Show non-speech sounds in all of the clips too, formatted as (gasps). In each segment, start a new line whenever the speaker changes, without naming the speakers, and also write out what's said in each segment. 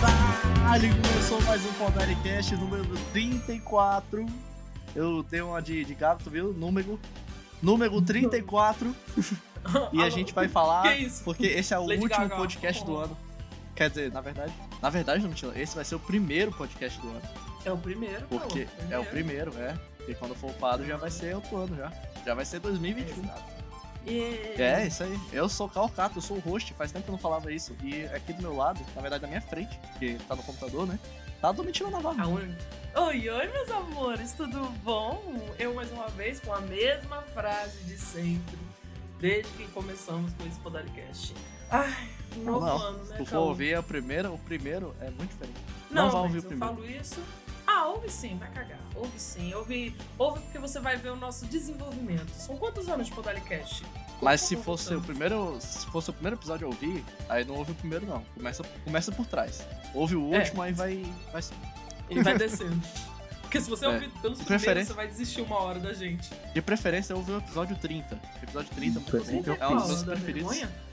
tarde, Então tá, começou mais um Fodaricast número 34. Eu tenho uma de, de gato, viu? Número. Número
(laughs)
34. E a
Alô,
gente vai falar.
Que isso?
Porque esse é o
Lady
último
Gaga.
podcast do ano. Quer dizer, na verdade. Na verdade, não, mentira. Esse vai ser o primeiro podcast do ano.
É o primeiro, pô,
Porque é o primeiro, é. E quando for upado já vai ser outro ano já. Já vai ser 2021.
E-
É, isso aí. Eu sou o Calcato, eu sou o host, faz tempo que eu não falava isso. E aqui do meu lado, na verdade da minha frente, que tá no computador, né? Tá a Domitila Navarro.
A un- Oi, oi, meus amores, tudo bom? Eu mais uma vez com a mesma frase de sempre, desde que começamos com esse Podalicast. Ai, um
Não,
novo
não.
ano, né?
Se tu for
Cauã?
ouvir o primeiro, o primeiro é muito diferente.
Não,
não vai
mas
ouvir o
eu
primeiro.
falo isso. Ah, ouve sim, vai cagar. Ouve sim, ouve, ouve porque você vai ver o nosso desenvolvimento. São quantos anos de Podalicast?
Mas
Quantos
se
anos
fosse o
estamos?
primeiro. Se fosse o primeiro episódio a ouvir, aí não ouve o primeiro não. Começa, começa por trás. Ouve o
É.
último, aí vai. vai...
Ele
(laughs)
vai descendo. Porque se você
É.
ouvir pelos
De
primeiros,
preferência.
você vai desistir uma hora da gente.
De preferência ouve o episódio 30. O episódio 30 muito
Pois
bom.
é.
É um dos
Qual?
meus
da
preferidos.
vergonha?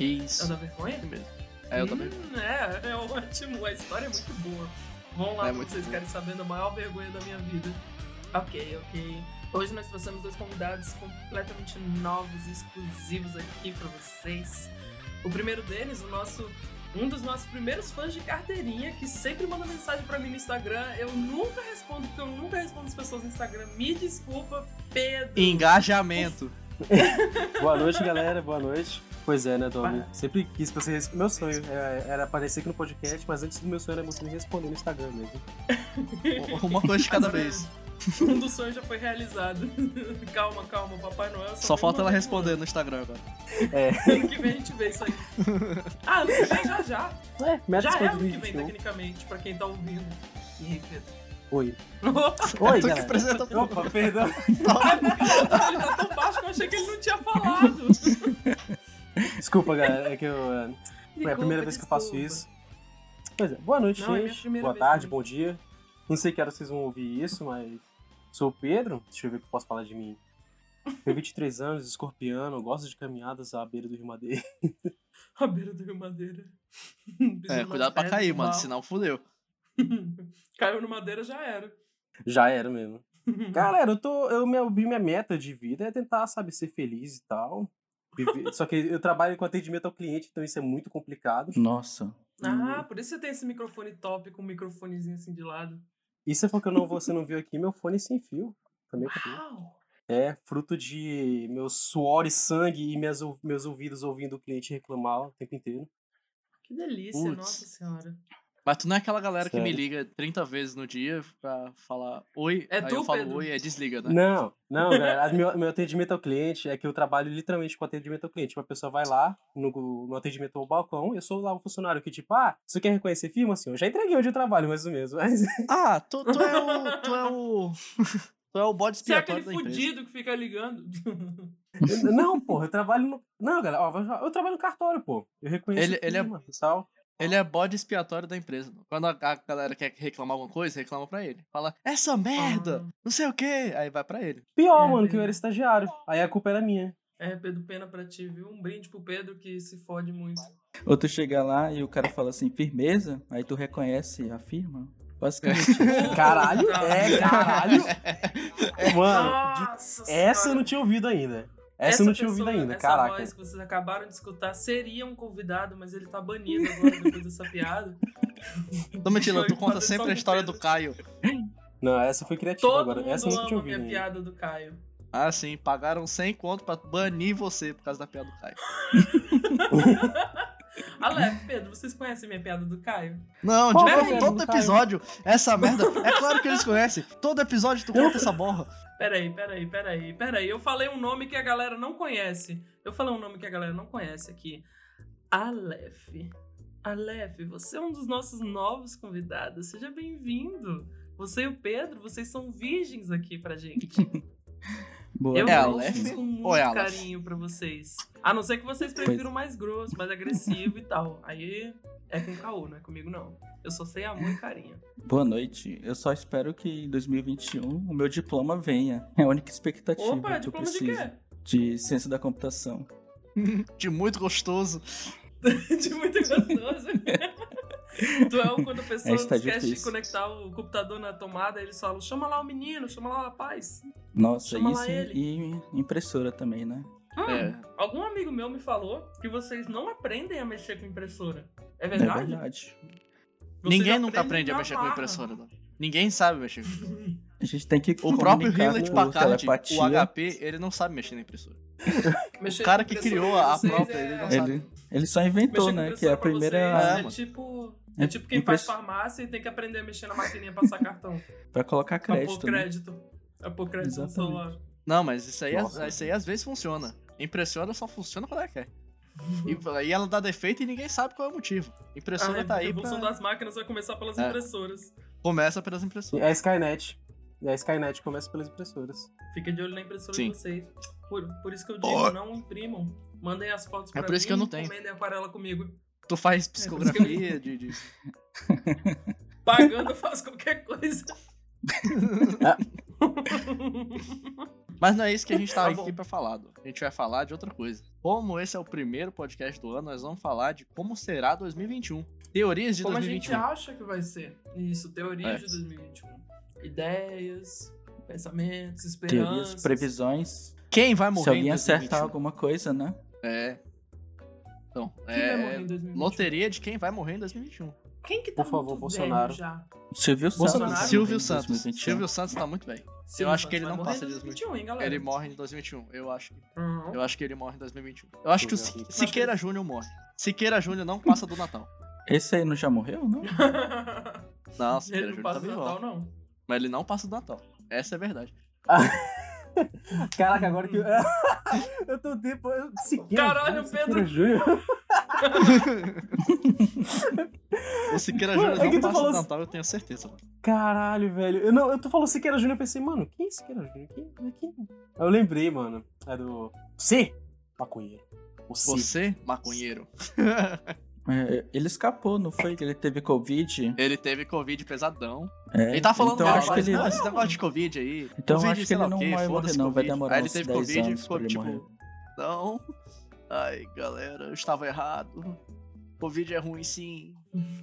É o
Isso.
da vergonha?
mesmo. É, eu também.
Hum, é, é ótimo. A história é muito boa. Vão
É
lá, se
muito
vocês
boa.
querem saber da maior vergonha da minha vida. Ok, ok. Hoje nós trouxemos dois convidados completamente novos e exclusivos aqui pra vocês. O primeiro deles, o nosso, um dos nossos primeiros fãs de carteirinha, que sempre manda mensagem pra mim no Instagram. Eu nunca respondo, porque eu nunca respondo as pessoas no Instagram. Me desculpa, Pedro.
Engajamento.
(laughs)
Boa noite, galera. Boa noite. Pois é, né, Domi?
Ah.
Sempre quis que você res- Meu sonho é- era aparecer aqui no podcast, mas antes do meu sonho era você me responder no Instagram mesmo.
Uma coisa de cada
Agora,
vez.
Um dos sonhos já foi realizado. (laughs) calma, calma, Papai Noel.
Só
vem
falta ela
mandando
responder no Instagram agora.
(laughs) Ano que vem a gente vê isso aí. Ah, ano que vem já já.
É, meta
já
pra
é ano que vem,
né?
2021.
tecnicamente, pra quem tá ouvindo. E aí, Pedro?
(laughs)
Oi.
É
Oi,
tu que
galera.
apresenta tudo.
Opa, perdão.
Ele tá tão baixo que eu achei que ele não tinha falado.
(laughs) Desculpa, galera. É que eu. é, Foi a primeira vez que eu faço
Desculpa,
isso. Pois é. Boa noite,
Não, é minha
gente.
primeira
Boa
vez
tarde,
também.
bom dia. Não sei que hora vocês vão ouvir isso, mas. Sou o Pedro. Deixa eu ver o que eu posso falar de mim. Tenho 23 anos, escorpiano, gosto de caminhadas à beira do Rio Madeira.
desculpa. À beira do Rio Madeira. Pisou
É,
nas
cuidado pra
pedras,
cair, mano,
mal.
senão fudeu.
Caiu no Madeira, já era.
Já era mesmo. Galera, eu tô. Eu minha, minha meta de vida é tentar, sabe, ser feliz e tal. Viver- Só que eu trabalho com atendimento ao cliente, então isso é muito complicado.
Nossa.
Hum.
Ah, por isso você tem esse microfone top com um microfonezinho assim de lado.
Hum.
Isso é porque eu não, você não viu aqui meu fone sem fio. Também que eu tenho.
Uau!
é fruto de meu suor e sangue e minhas, ou- meus ouvidos ouvindo o cliente reclamar o tempo inteiro.
Que delícia,
Putz.
nossa senhora.
Mas tu não é aquela galera que me
Sério.
liga 30 vezes no dia pra falar oi,
É
aí
tu,
eu falo
Pedro?
oi, é desliga, né?
Não, não, galera. as Meu, meu atendimento ao cliente é que eu trabalho literalmente com atendimento ao cliente. Uma pessoa vai lá no, no atendimento ao balcão, eu sou lá o funcionário que, tipo, ah, você quer reconhecer firma, senhor? Já entreguei onde eu trabalho, mais ou menos. Mas (laughs)
Ah, tu, tu é o. Tu é o. (laughs) tu é o bode
Você é
expiatório
aquele
da empresa.
fudido que fica ligando.
Não, porra, eu trabalho no. Não, galera, ó, eu trabalho no cartório, pô. Eu reconheço.
Ele-
o
ele é-
clima, pessoal.
Ele é bode expiatório da empresa. Quando a, a galera quer reclamar alguma coisa, reclama pra ele. Fala, essa
Ah.
merda, não sei o quê. Aí vai pra ele.
Pior,
É,
mano, que
ele-
eu era estagiário. Aí a culpa era minha.
É, Pedro, pena pra ti, viu? Um brinde pro Pedro que se fode muito.
Ou tu chega lá e o cara fala assim, firmeza, aí tu reconhece a firma. Basicamente.
Caralho,
Tá.
é,
(laughs)
caralho. Mano, de-
Nossa
essa eu
senhora.
não tinha ouvido ainda. Essa, eu não tinha ouvido
pessoa,
ainda,
essa
caraca.
voz que vocês acabaram de escutar seria um convidado, mas ele tá banido agora depois dessa piada.
Domitila,
Foi
tu conta
fazer
sempre
só
a
com
história
Pedro.
do Caio.
Não, essa foi criativa
Todo
(laughs) agora.
mundo
Essa eu não tinha
ama a
ouvido.
minha
ainda.
piada do Caio.
Ah, sim, pagaram 100 conto pra banir você por causa da piada do Caio.
Aleph, Pedro, vocês conhecem a minha piada do Caio?
Não,
Qual
de
é a
novo,
piada
todo
do Caio?
episódio, essa merda. É claro que eles conhecem. Todo episódio tu conta essa borra.
Peraí, peraí, peraí, peraí. Eu falei um nome que a galera não conhece. Eu falei um nome que a galera não conhece aqui. Aleph. Aleph, você é um dos nossos novos convidados. Seja bem-vindo. Você e o Pedro, vocês são virgens aqui pra
(laughs)
gente.
Boa.
Eu
É
ouço
Aleph
isso com muito
ou é Aleph?
carinho pra vocês. A não ser que vocês prefiram mais grosso, mais agressivo e tal. Aí é com o Caô, não é comigo não. Eu só sei amor e carinho.
É. Boa noite. Eu só espero que em 2021 o meu diploma venha. É a única expectativa
Opa,
que eu
diploma de
preciso.
quê?
De ciência da computação.
De muito gostoso.
(laughs)
(laughs)
de muito gostoso. Tu é o quando a pessoa
Esse tá
esquece de
difícil.
conectar o computador na tomada, eles falam, chama lá o menino, chama lá o rapaz.
Nossa,
Chama lá
isso e e impressora também, né?
Hum,
É.
Algum amigo meu me falou que vocês não aprendem a mexer com impressora. É
É
verdade?
verdade.
Vocês
Ninguém nunca aprende
aprendem
a
na
mexer com
marra.
impressora. Dom. Ninguém sabe mexer. com-
A gente tem que
O próprio
comunicar
Hewlett
por
Packard,
telepatia.
o HP, ele não sabe mexer na impressora.
Mexer
O cara
com
que
impressora
criou
pra
a
vocês
própria,
é-
ele não
Mexer
sabe.
Ele, ele só inventou,
com
né? Que é
impressora
a
pra
primeira.
vocês
É,
É,
mano.
tipo,
É,
é tipo quem faz
impress-
farmácia e tem que aprender a mexer na maquininha pra sacar
(laughs)
cartão.
Pra colocar
né? Pra pôr
crédito. né?
crédito. Pra pôr crédito Então, no
Exatamente.
celular.
Não, mas isso aí,
Nossa.
isso aí às vezes funciona. Impressora só funciona quando ela quer. E, e ela dá defeito e ninguém sabe qual é o motivo. Impressora
Ah,
tá
a
aí
revolução
pra...
das máquinas vai começar pelas
É.
impressoras.
Começa pelas
É
impressoras.
a Skynet. E a Skynet começa pelas impressoras.
Fica de olho na impressora
Sim.
de vocês. Por, por isso que eu digo,
Ó.
não imprimam. Mandem as fotos
É
pra
por isso
mim
que eu não
e
tenho.
encomendem aquarela comigo.
Tu faz
por isso que eu-
psicografia de... de-
Pagando (laughs) eu faço qualquer coisa.
Mas não é isso que a gente tá
Tá
aqui
bom.
pra falar. Dom. A gente vai falar de outra coisa. Como esse é o primeiro podcast do ano, nós vamos falar de como será 2021. Teorias de
Como a gente
2021.
acha que vai ser. Isso, teorias
É.
de 2021. Ideias, pensamentos, esperanças.
Teorias, previsões.
Quem vai morrer
Se
em
alguém
2021?
acertar alguma coisa, né?
É. Então,
Quem vai morrer
é...
em 2021?
Loteria de quem vai morrer em 2021.
Quem que tá
Por favor,
muito
Bolsonaro.
velho já?
Silvio
Bolsonaro.
Santos.
Silvio
em
Santos.
2021.
Silvio Santos tá muito bem.
Silvio
acho que
Santos
ele
vai
não
morrer
passa
em
de
2021, hein, galera?
Ele morre em 2021, eu acho. que-
Uhum.
um, Eu acho que ele morre em 2021. Eu acho que o Si-
Provavelmente.
Siqueira Júnior morre. Siqueira Júnior não passa do Natal.
Esse aí não já morreu,
Não,
não?
(laughs) ele
Siqueira
não
Júnior tá
passa o
vivo.
Natal, né? não.
Mas ele não passa do Natal. Essa é a verdade.
Caraca, agora que. (laughs) eu tô tempo. Eu... Siqueira,
Caralho,
Júnior,
Pedro.
Siqueira Júnior.
O Siqueira
Mano,
Júnior
é que
não
tu
passa
falou
do
assim-
Natal, eu tenho certeza. mano.
Caralho, velho. Eu, não, eu tu falou Siqueira Júnior, eu pensei, mano, quem é Siqueira Júnior? Quem, mas quem? Eu lembrei, mano. É do. Você? Maconheiro. Você.
Você, maconheiro,
É, ele escapou, não foi? Que ele teve Covid.
ele teve Covid pesadão.
É,
Ele tá falando
então,
mal,
acho que
mas,
ele...
"Não, esse negócio de Covid aí.
Então,
COVID,
acho que
sei lá
ele
o
não
quê,
vai morrer,
foda-se
não. Vai
Covid."
demorar
Aí ele
uns
teve
10
Covid e
anos
ficou
pra ele
tipo,
morrer.
não. Ai, galera, eu estava errado. Covid é ruim sim.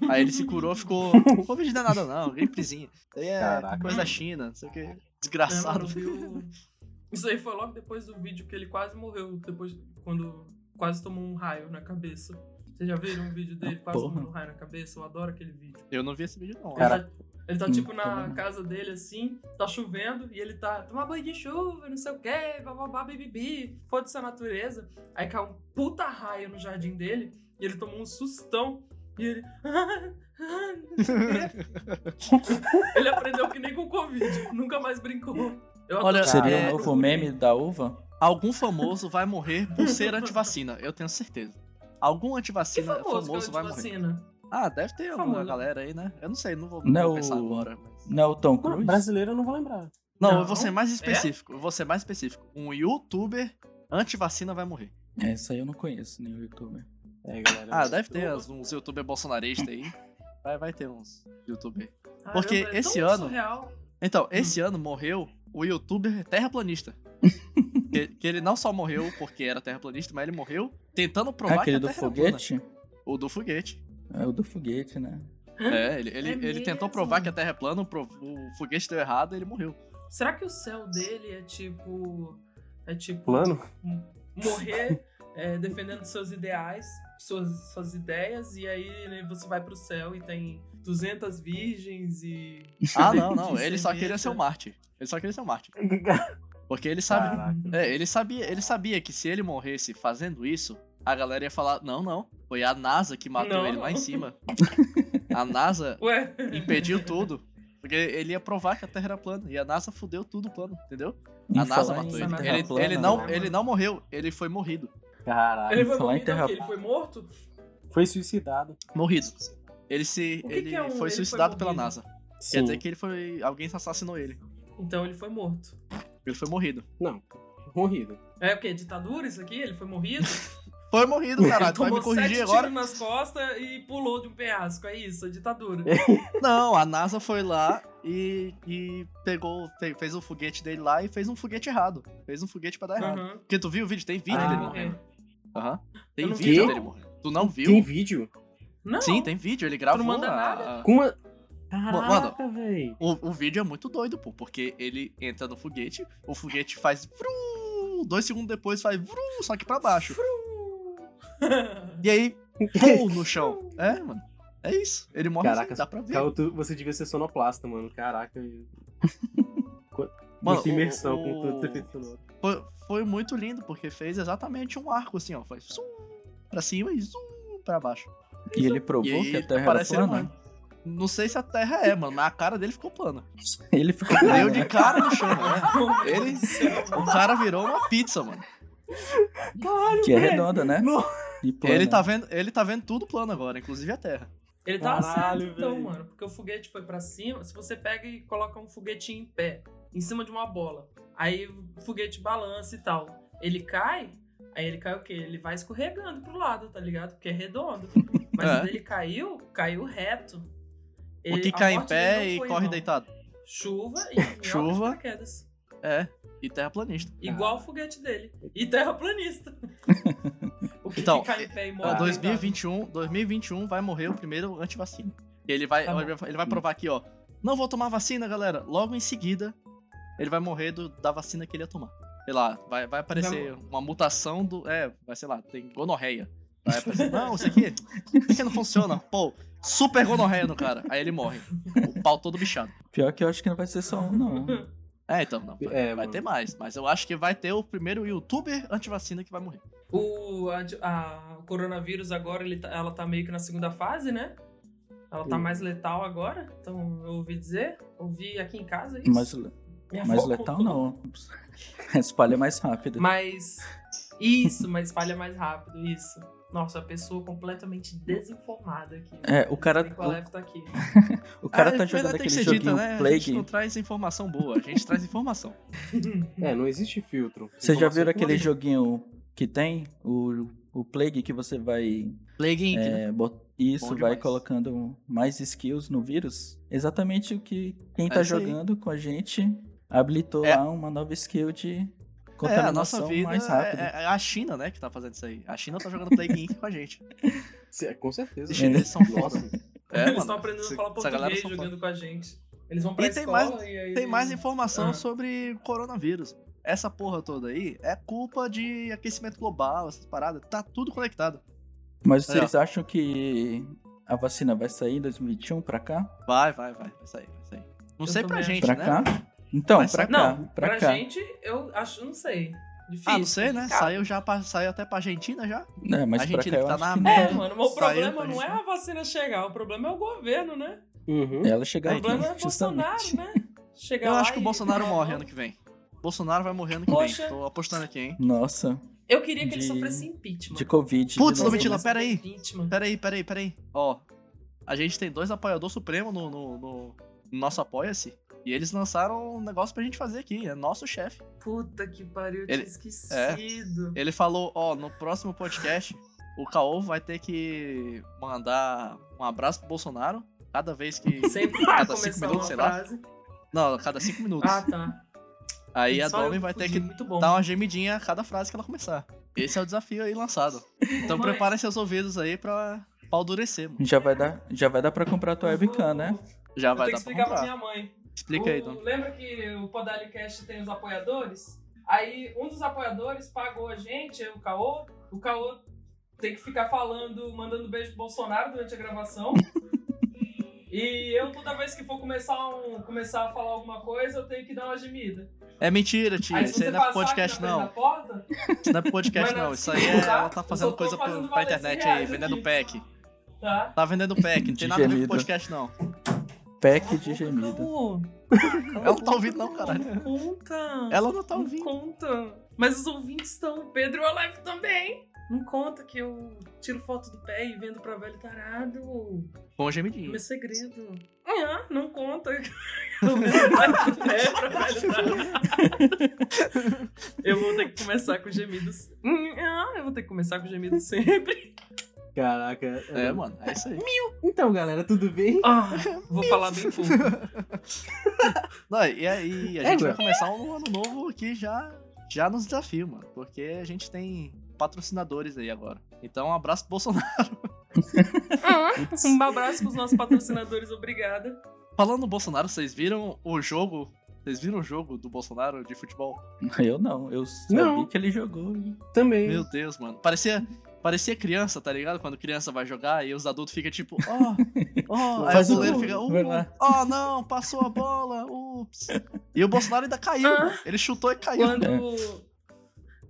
Aí ele se curou, ficou. Covid não é nada, não, gripezinha. Isso aí é
Caraca.
coisa da China, não sei o que.
É, mano,
Desgraçado.
viu? Isso aí foi logo depois do vídeo que ele quase morreu, depois quando quase tomou um raio na cabeça. Vocês já viram um vídeo dele
Ah,
quase
porra.
tomando um raio na cabeça? Eu adoro aquele vídeo.
Eu não vi esse vídeo,
É,
não.
Cara,
Ele tá, ele tá,
Hum,
tipo
também
na
não.
casa dele assim, tá chovendo e ele tá tomar banho de chuva, não sei o que, bababá, bibibi, foda-se a natureza. Aí caiu um puta raio no jardim dele e ele tomou um sustão e ele. (laughs) não sei o quê. ele aprendeu que nem com Covid, nunca mais brincou. Eu
Olha,
adoro-
Seria
É,
o novo meme da uva?
Algum famoso vai morrer por ser antivacina, eu tenho certeza. Algum
Que
antivacina
famoso,
famoso,
que é
vai
o de
morrer.
vacina.
Ah, deve ter alguma
Famoso.
galera aí, né? Eu não sei, não vou,
Não é
vou pensar
o-
agora. mas-
Não é o Tom
Não,
Cruise?
brasileiro eu não vou lembrar.
Não,
Não,
eu vou ser mais
é?
específico. Eu vou ser mais específico. Um youtuber antivacina vai morrer.
Essa É, aí eu não conheço, nenhum youtuber.
É, galera.
Ah, deve ter uns, uns youtuber bolsonaristas aí. Vai, vai ter uns youtuber.
Caramba,
Porque
é tão
esse ano-
surreal.
Então, esse ano morreu o youtuber (laughs) terraplanista. que, que ele não só morreu porque era terraplanista, mas ele morreu tentando provar
Ah, aquele
que a
do
terra é plana.
foguete?
O do foguete.
É o do foguete, né?
(laughs)
É, ele, ele,
É
ele tentou
mesmo?
provar que a Terra é plana, o pro- o foguete deu errado e ele morreu.
Será que o céu dele é tipo. É tipo.
Plano?
Morrer (laughs) é, defendendo seus ideais, suas, suas ideias, e aí né, você vai pro céu e tem 200 virgens e.
Ah, não, não.
Que
Ele só
cerveja.
queria ser o Marte. Ele só queria ser o Marte.
(laughs)
Porque ele sabe.
Ah.
Caraca.
É, ele sabia, ele sabia que se ele morresse fazendo isso, a galera ia falar: não, não. Foi a NASA que matou
Não.
ele lá em
(laughs)
cima. A NASA
Ué? (laughs)
impediu tudo. Porque ele ia provar que a Terra era plana. E a NASA fudeu tudo o plano, entendeu?
Em
a NASA
falar
matou
em
ele.
terra
Ele,
plana,
ele não,
né?
né,
ele não morreu, ele foi morrido.
Caralho.
Ele foi
falar em
morrido, é
terra-
o quê? ele foi morto?
Foi suicidado.
Morrido. Ele se.
O que
ele
que é um-
foi
ele foi
suicidado pela
morrido?
NASA. Quer
Sim.
dizer que ele foi. Alguém assassinou ele.
Então ele foi morto.
Ele foi morrido.
Não. Morrido.
É o quê? Ditadura isso aqui? Ele foi morrido?
Foi morrido,
ele
(laughs) caralho. Tu vai me
tomou sete
corrigir agora?
tiros nas costas e pulou de um penhasco. É isso, é ditadura.
Não, a NASA foi lá e, e pegou, fe- fez o foguete dele lá e fez um foguete errado. Fez um foguete pra dar errado.
Aham.
Porque tu viu o vídeo? Tem vídeo
Ah,
dele
morreu.
morrendo. Aham. Tem
Eu não
vídeo
vi.
dele morrendo. Tu não viu?
Tem vídeo?
Não.
Sim,
(laughs)
tem vídeo, ele gravou.
manda
a-
nada?
Com uma.
Mano.
Caraca, velho.
O, o vídeo é muito doido, pô, porque ele entra no foguete, o foguete faz vrum, dois segundos depois faz vrum, só que pra baixo. E
(laughs)
aí, pum, no chão. É, mano. É isso. Ele morre
Caraca,
assim, dá pra ver.
Cara, tu- você devia ser sonoplasta, mano. Caraca.
Mano,
Muita imersão
o-
com
o-
todo o efeito sonoro.
Foi, foi muito lindo, porque fez exatamente um arco assim, ó. Faz zum pra cima e zum pra baixo.
E ele provou
E aí,
que a Terra era
parece
plana.
humano. Não sei se a terra é, mano, mas a cara dele ficou plana.
(laughs) Ele ficou
Deu
plana.
de cara no chão, né? Ele- O
Ele.
cara virou uma pizza, mano.
Caralho,
Que é
velho.
redonda, né?
Não.
E plana.
Ele tá, vendo, ele tá vendo tudo plano agora, inclusive a terra.
Ele tava
Caralho,
certo, então,
velho.
mano. Porque o foguete foi pra cima. Se você pega e coloca um foguetinho em pé, em cima de uma bola, aí o foguete balança e tal. Ele cai, aí ele cai o quê? Ele vai escorregando pro lado, tá ligado? Porque é redondo. Mas
É.
quando ele caiu, caiu reto.
O
Ele-
que
a
cai em
morte
pé
dele não
e
foi em
corre
vão.
deitado.
Chuva
(laughs)
e
Chuva. Ah.
Chuva. paraquedas.
É, e terraplanista.
Igual o foguete dele.
(laughs)
E terraplanista. o que
Então,
fica em pé e
Ó,
morre.
Ah,
2021, 2021 vai morrer o primeiro antivacina. E Ele vai,
Tá bom.
ele vai- ele vai provar aqui, ó. Não vou tomar vacina, galera. Logo em seguida, ele vai morrer do- da vacina que ele ia tomar. Sei lá, vai, vai aparecer uma mutação do. É, vai, sei lá, tem gonorreia.
(laughs)
Vai aparecer, não, isso aqui, isso aqui não funciona. Pô, super gonorreia no cara. Aí ele morre. O pau todo bichado.
Pior que eu acho que não vai ser só um, não.
É, então, não. Vai,
É,
vai
mano.
ter mais. Mas eu acho que vai ter o primeiro youtuber antivacina que vai morrer.
O, a, a- o coronavírus agora, ele tá- ela tá meio que na segunda fase, né? Ela tá
Sim.
mais letal agora, então eu ouvi dizer. Ouvi aqui em casa isso.
Mas,
Minha
mas
avó
letal
contou.
não. (laughs) Espalha mais rápido.
Mas. Isso, mas espalha mais rápido, isso. Nossa, a pessoa completamente desinformada aqui.
É, o cara-
O Lev tá aqui.
O cara
Ah,
tá
a verdade tem
jogando
que
aquele
ser né?
joguinho
A gente não
Plague.
traz informação boa, a gente traz informação.
É, não existe filtro.
Vocês já
Informação
viram aquele
pura.
joguinho que tem? O, o Plague que você vai.
Plague Inc. né?
é, bot- Isso,
Bom
vai
demais.
colocando mais skills no vírus. Exatamente o que quem
É
tá
isso aí.
jogando com a gente habilitou
É.
lá uma nova skill de
É, a nossa
contaminação
vida
mais
é-
rápida.
É, é a China, né, que tá fazendo isso aí. A China tá jogando Plague Inc. com a
(laughs)
gente.
Cê- Com certeza.
Os chineses são
Nossa.
foda. É,
(laughs) Eles
mano,
estão aprendendo
essa-
a falar
essa galera
português
são foda.
jogando com a gente. Eles vão pra
E tem
escola
mais-
e aí.
Tem
eles-
mais informação
Ah.
sobre coronavírus. Essa porra toda aí é culpa de aquecimento global, essas paradas. Tá tudo conectado.
Mas
Aí, ó.
vocês acham que a vacina vai sair em 2021 pra cá?
Vai, vai, vai. É Vai sair, vai sair. Não
Eu
sei pra
também acho.
gente,
Pra
né?
cá? Então,
Vai
pra
sair-
cá.
Não,
pra,
pra
cá.
gente, eu acho, não sei. Difícil.
Ah, não sei, né?
complicado.
Saiu já pra, saiu até pra Argentina já?
É, mas
A
pra
gente
cá
que
eu
tá
acho
na
que não.
É, mano, mas o
Saiu
problema
tá
pra
não é
gente.
a vacina chegar, o problema é o governo, né?
Uhum.
Ela
O
chegar aqui,
problema é o Bolsonaro,
justamente.
né? Chegar
Eu
lá
acho que o
e-
Bolsonaro
Ah,
morre né?
não.
ano que vem. Bolsonaro vai morrer ano que
Poxa.
vem. Tô apostando aqui, hein?
Nossa,
Eu queria que ele
De-
sofresse impeachment.
de Covid.
Putz,
de
tô
novo,
mentindo,
né?
pera aí.
Impeachment.
Peraí, peraí, peraí. Ó, a gente tem dois apoiadores supremos no, no, no- no nosso Apoia-se. E eles lançaram um negócio pra gente fazer aqui. É nosso chefe.
Puta que pariu, eu
Ele-
tinha esquecido.
Ele falou: Ó, no próximo podcast, o Caô vai ter que mandar um abraço pro Bolsonaro. Cada vez que.
(laughs) É. Sempre pra
Cada Ah, tá cinco
começar
minutos, sei
uma
lá.
frase.
Não, cada cinco minutos.
Ah, tá.
Aí a
Só eu
Domi vai ter
fudi,
que
Muito bom.
dar uma gemidinha a cada frase que ela começar. Esse é o desafio aí lançado. Então
Mãe,
preparem seus ouvidos aí pra, pra aldurecer, mano.
Já vai dar, já vai dar pra comprar a tua
eu
webcam,
vou-
né?
Já
Eu
vai
tenho que
dar pra
explicar pra
comprar.
minha mãe.
Explica aí,
O-
Domi.
Lembra que o Podalicast tem os apoiadores? Aí um dos apoiadores pagou a gente, o Caô. O Caô tem que ficar falando, mandando beijo pro Bolsonaro durante
(laughs)
a gravação. e eu, toda vez que for começar, um, começar a falar alguma coisa, eu tenho que dar uma gemida.
É mentira,
aí
tia.
se
Isso aí
você
não é pro
passar
podcast,
aqui na frente
não.
da porta,
Isso não é pro podcast,
Mas,
não.
né,
Isso
se
aí é,
usar,
ela tá
eu
fazendo
só tô
coisa pra-
fazendo
pra
valer
internet
100
aí,
reais
vendendo
aqui.
pack.
tá?
Tá vendendo pack, não
De
tem nada a ver com
gemido.
podcast, não.
Pack de gemido. (laughs)
Ela não tá ouvindo, não, caralho.
Conta.
Ela não tá
não
ouvindo.
conta. Mas os ouvintes estão, o Pedro e o Aleph também. Não conta que eu tiro foto do pé e vendo pra velho tarado.
Bom gemidinho.
Meu segredo. Ah, não conta. Eu vendo foto do pé pra velho tarado. Eu vou ter que começar com gemidos. Ah, eu vou ter que começar com gemidos sempre.
Caraca.
É, mano, é isso aí.
Então, galera, tudo bem?
Ah, vou falar bem pouco.
Não, e aí, a
É,
gente vai
mano.
começar um ano novo que já, já nos desafio, mano. Porque a gente tem patrocinadores aí agora. Então, um abraço pro Bolsonaro. (laughs)
Ah, um abraço pros nossos patrocinadores, obrigada.
Falando no Bolsonaro, vocês viram o jogo? Vocês viram o jogo do Bolsonaro de futebol?
Eu não, eu sabia
Não.
que ele jogou. e-
Também.
Meu Deus, mano. Parecia, parecia criança, tá ligado? Quando criança vai jogar e os adultos ficam tipo, ó,
(laughs)
ó, aí o
Faz o
goleiro
gol,
fica,
vai
uh,
lá.
ó, não, passou a bola, ups. E o Bolsonaro ainda caiu,
Ah.
mano. Ele chutou e caiu.
Quando.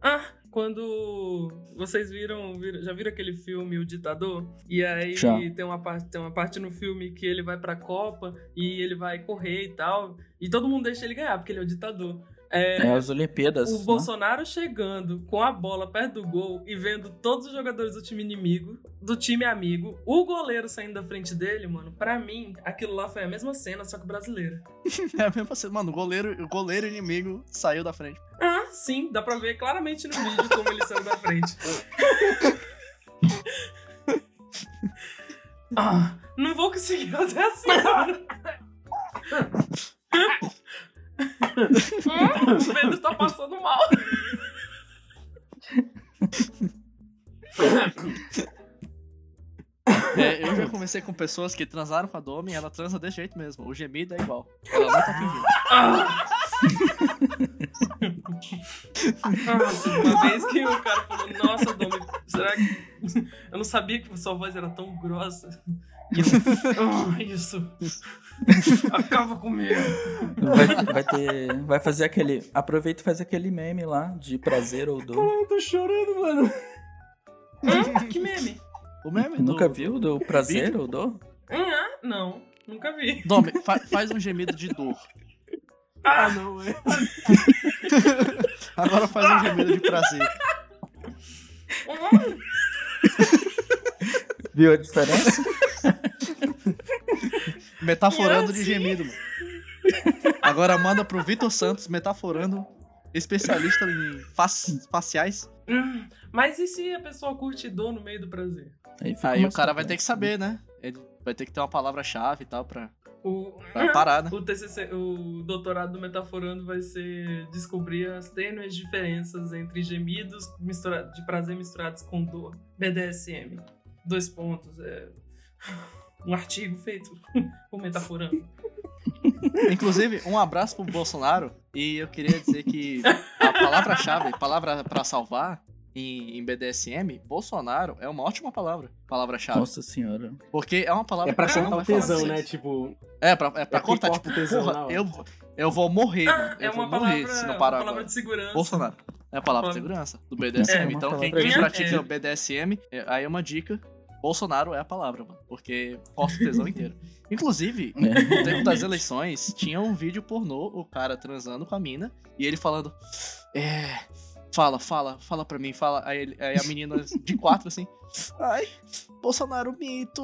É.
Ah, quando vocês viram, viram- já viram aquele filme O Ditador? E aí
Já.
tem uma parte, tem uma parte no filme que ele vai pra Copa e ele vai correr e tal, e todo mundo deixa ele ganhar porque ele é o ditador. É,
É as Olimpíadas.
o
né?
Bolsonaro chegando com a bola perto do gol e vendo todos os jogadores do time inimigo, do time amigo, o goleiro saindo da frente dele, mano, pra mim, aquilo lá foi a mesma cena, só que brasileira.
(laughs) É a mesma cena. Mano, o goleiro, o goleiro inimigo saiu da frente.
Ah, sim, dá pra ver claramente no vídeo como ele saiu da frente. (laughs) Ah, não vou conseguir fazer assim agora. Hum, o Pedro tá passando mal.
É, eu já conversei com pessoas que transaram com a Domi e ela transa desse jeito mesmo. O gemido é igual. Ela não tá fingindo.
Ah. Ah, Uma vez que o cara falou, nossa, Domi, será que. Eu não sabia que sua voz era tão (laughs) grossa. E eu, ah, isso. Acaba comigo.
Vai, vai ter. Vai fazer aquele. Aproveita e faz aquele meme lá de prazer ou dor.
Eu tô chorando, mano.
Hã? Que meme?
O meme é do-
Nunca viu do prazer ou dor?
Hã? não, nunca vi.
Domi, fa- faz um gemido de dor.
(laughs)
Ah,
(laughs)
não, é.
Agora faz um gemido de prazer.
Hã?
Viu a diferença?
Metaforando
E
de
assim?
gemido, mano. Agora manda pro Vitor Santos, metaforando, especialista em face- faciais.
Hum, Mas e se a pessoa curte dor no meio do prazer?
Aí, fica
Aí o
mais
cara vai ter que
complexo,
saber, né? Ele vai ter que ter uma palavra-chave e tal pra,
O,
pra parar, né?
o TCC, o doutorado do Metaforando vai ser descobrir as tênues diferenças entre gemidos mistura- de prazer misturados com dor. BDSM. Dois pontos. É (laughs) um artigo feito (laughs) por Metaforando.
Inclusive, um abraço pro Bolsonaro. E eu queria dizer que a palavra-chave, palavra pra salvar em, em BDSM, Bolsonaro é uma ótima palavra. Palavra-chave.
Nossa senhora.
Porque é uma palavra
É pra
que não
cortar o
vai falar
tesão,
pra
né?
vocês.
Tipo,
É, pra, é pra
É que
cortar,
corta
tipo,
o tesão na
porra,
hora. Ah,
eu, vou- eu vou morrer, mano. Eu
É
vou
uma
morrer
palavra,
se não
uma
parar
palavra
agora.
de segurança.
Bolsonaro. É a palavra de segurança do BDSM.
É,
então,
uma
quem,
palavra
quem
de-
pratica
É.
o BDSM, é- aí é uma dica: Bolsonaro é a palavra, mano. Porque corta o tesão
(laughs)
inteiro. Inclusive,
É,
no tempo das eleições, tinha um vídeo pornô, o cara transando com a mina, e ele falando. É. Fala, fala, fala pra mim, fala. Aí, ele- aí a menina de quatro, assim. Ai, Bolsonaro mito.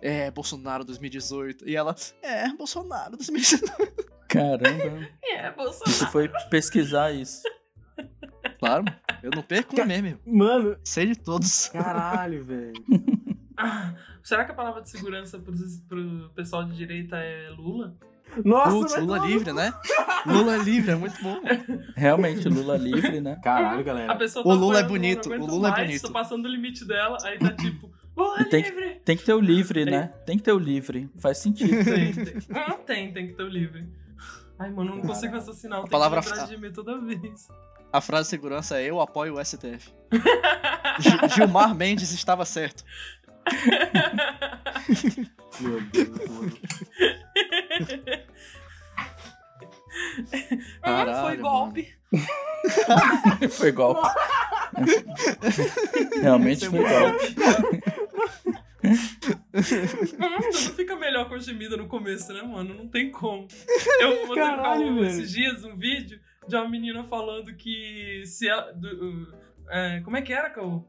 E, é, é, Bolsonaro 2018. E ela, é, Bolsonaro 2018.
Caramba.
É, Bolsonaro.
Você foi pesquisar isso.
Claro, eu não perco um meme.
mano,
Sei de todos.
caralho, velho.
Ah, será que a palavra de segurança pros, pro pessoal de direita é Lula?
Nossa,
Putz,
mas-
Lula livre, né? Lula livre, é muito bom.
Realmente, Lula livre, né?
Caralho,
A
galera.
pessoa
O
tá
Lula é
apoiando,
bonito,
não aguento
o Lula é
mais,
bonito.
Tô passando o limite dela, aí tá tipo, Lula
Tem que- (laughs)
livre!
Tem que ter o livre, né? Tem que ter o livre. Faz
(laughs)
sentido.
Tem, tem. Ah, tem, tem que ter o livre. Ai, mano, eu não consigo raciocinar. eu tenho
palavra
que lembrar
fra-
de mim toda vez.
A frase de segurança é: Eu apoio o STF. Gi- Gilmar Mendes estava certo.
Meu Deus, mano.
Ah, foi
Caralho,
golpe.
Foi golpe. (laughs) Realmente foi golpe.
Hum, Tudo fica melhor com gemida no começo, né, mano? Não tem
(laughs)
como. Eu vou
Caralho,
um,
velho.
esses dias um vídeo de uma menina falando que se ela. do- uh, é, como é que era, Cau?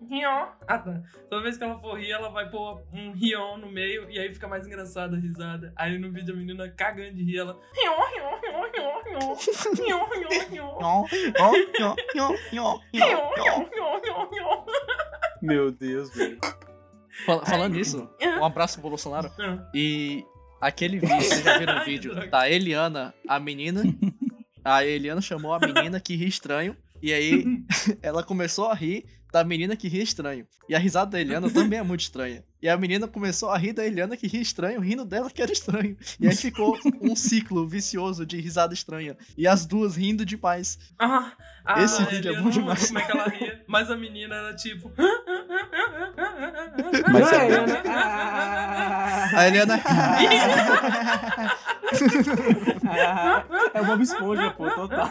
Um rion. Ah, tá. Toda vez que ela for rir, ela vai pôr um rion no meio e aí fica mais engraçada a risada. Aí no vídeo a menina cagando de rir, ela. Rion, rion, rion, rion, rion. Rion, rion, rion.
Nhon, nhon, nhon, nhon, nhon, nhon, nhon.
Meu Deus, velho.
Fal- Falando nisso, um abraço pro Bolsonaro. E aquele vídeo, vocês já viram o
(laughs) Ai, que
vídeo
droga.
da Eliana, a menina. (laughs) A Eliana chamou a menina que ri estranho. E aí ela começou a rir. da menina que ri estranho. E a risada da Eliana também é muito estranha. E a menina começou a rir da Eliana que ri estranho, rindo dela que era estranho. E aí ficou um ciclo vicioso de risada estranha. E as duas rindo demais.
Ah, ah,
Esse
não,
vídeo é
eu
bom
não lembro
demais.
Como é que ela ria? Mas a menina era tipo.
Mas
Não,
é-
eu-
(laughs)
Ah,
A Eliana.
ah, é o Bob Esponja, pô, total.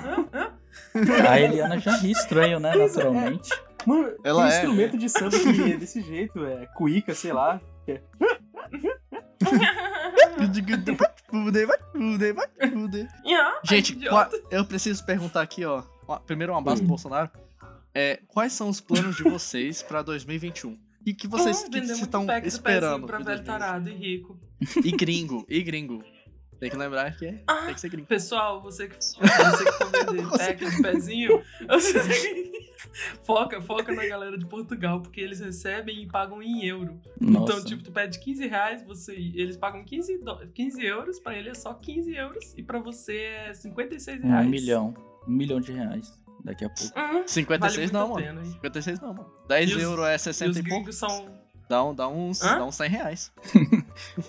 A Eliana já ri estranho, né?
Pois é.
Naturalmente.
Mano,
Ela
tem
é,
instrumento de samba que é desse jeito, é cuíca, sei lá.
Yeah,
Gente,
idiota.
qua- eu preciso perguntar aqui, ó. Ó, Primeiro um abraço pro Bolsonaro. É, quais são os planos de vocês pra 2021? E que vocês
Vamos
que
vender
se
muito
estão
pack do
esperando?
pezinho pra
de
velho
2021?
tarado e rico.
E gringo, e gringo. Tem que lembrar que é-
Ah.
tem que ser gringo.
Pessoal, você que, você que for
(laughs)
vender pack do pezinho, (laughs) você- foca, foca na galera de Portugal, porque eles recebem e pagam em euro.
Nossa.
Então, tipo, tu pede 15 reais, você, eles pagam 15, do- 15 euros, pra ele é só 15 euros, e pra você é 56
um
reais.
milhão. Um milhão de reais. Daqui a pouco.
Hum,
56
vale muito
não,
a
mano.
pena, hein?
56 não, mano. 10
E os-
euros é
E os
60 e, pouco.
gringos são...
Dá, um- dá uns,
Hã?
dá uns 100 reais.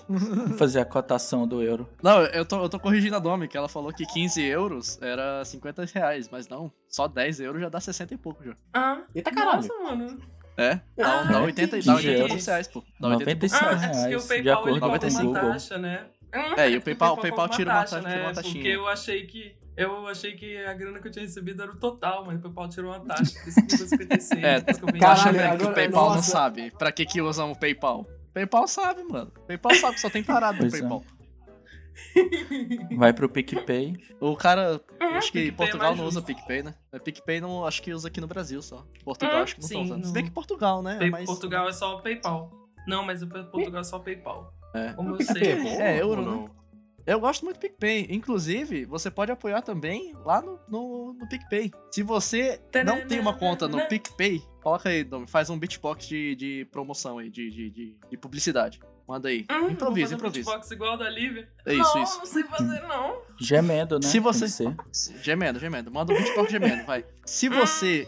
Vou fazer a cotação do euro.
Não, eu tô, eu tô corrigindo a Domi, que ela falou que 15 euros era 50 reais, mas não, só 10 euros já dá 60 e pouco já.
Ah,
Eita caralho.
nossa, mano.
É? Dá,
Ah,
dá 80, e- dá 80
15
e é poucos
euros.
reais, pô. Dá 80 e poucos
97
Ah, é porque o
reais. de
PayPal ele
acordo
coloca
com o
uma
Google.
taxa, né?
É, e
(laughs)
o PayPal-
Porque
PayPal
coloca
tira uma taxa, tira uma taxinha.
né? Porque eu achei que. Eu achei que a grana que eu tinha recebido era o total, mas o PayPal tirou uma taxa. Por isso que ficou
(laughs)
56.
É,
depois que eu vendi.
Tu acha
Caralho,
velho, que
agora-
o PayPal não
nossa.
sabe? Pra que que usam o PayPal? PayPal sabe, mano. PayPal sabe, só tem parada no
Pois é.
PayPal.
Vai pro PicPay.
O cara,
É,
acho que
PicPay é
Portugal
mais
não usa
justo.
PicPay, né? Mas PicPay não, acho que usa aqui no Brasil só. Portugal
Hum,
acho que não tá
sim,
usando. Se
não.
bem que Portugal, né?
Pay-
Mas-
Portugal é só o PayPal. Não, mas o P- Portugal é só o PayPal.
É.
Como eu
O PicPay
sei.
é bom?
É,
ou
euro,
não?
Eu gosto muito do PicPay. Inclusive, você pode apoiar também lá no, no, no PicPay. Se você não tem uma conta no PicPay, coloca aí, Dom, faz um beatbox de, de promoção aí, de, de, de, de publicidade. Manda aí.
Hum,
improvisa,
vou fazer
improvisa.
beatbox igual a da Lívia.
É isso,
não,
isso.
não sei fazer, não.
Gemendo, né?
Se
Tem
você- Ah.
que ser.
Gemendo, gemendo. Manda um beatbox gemendo, vai. Se você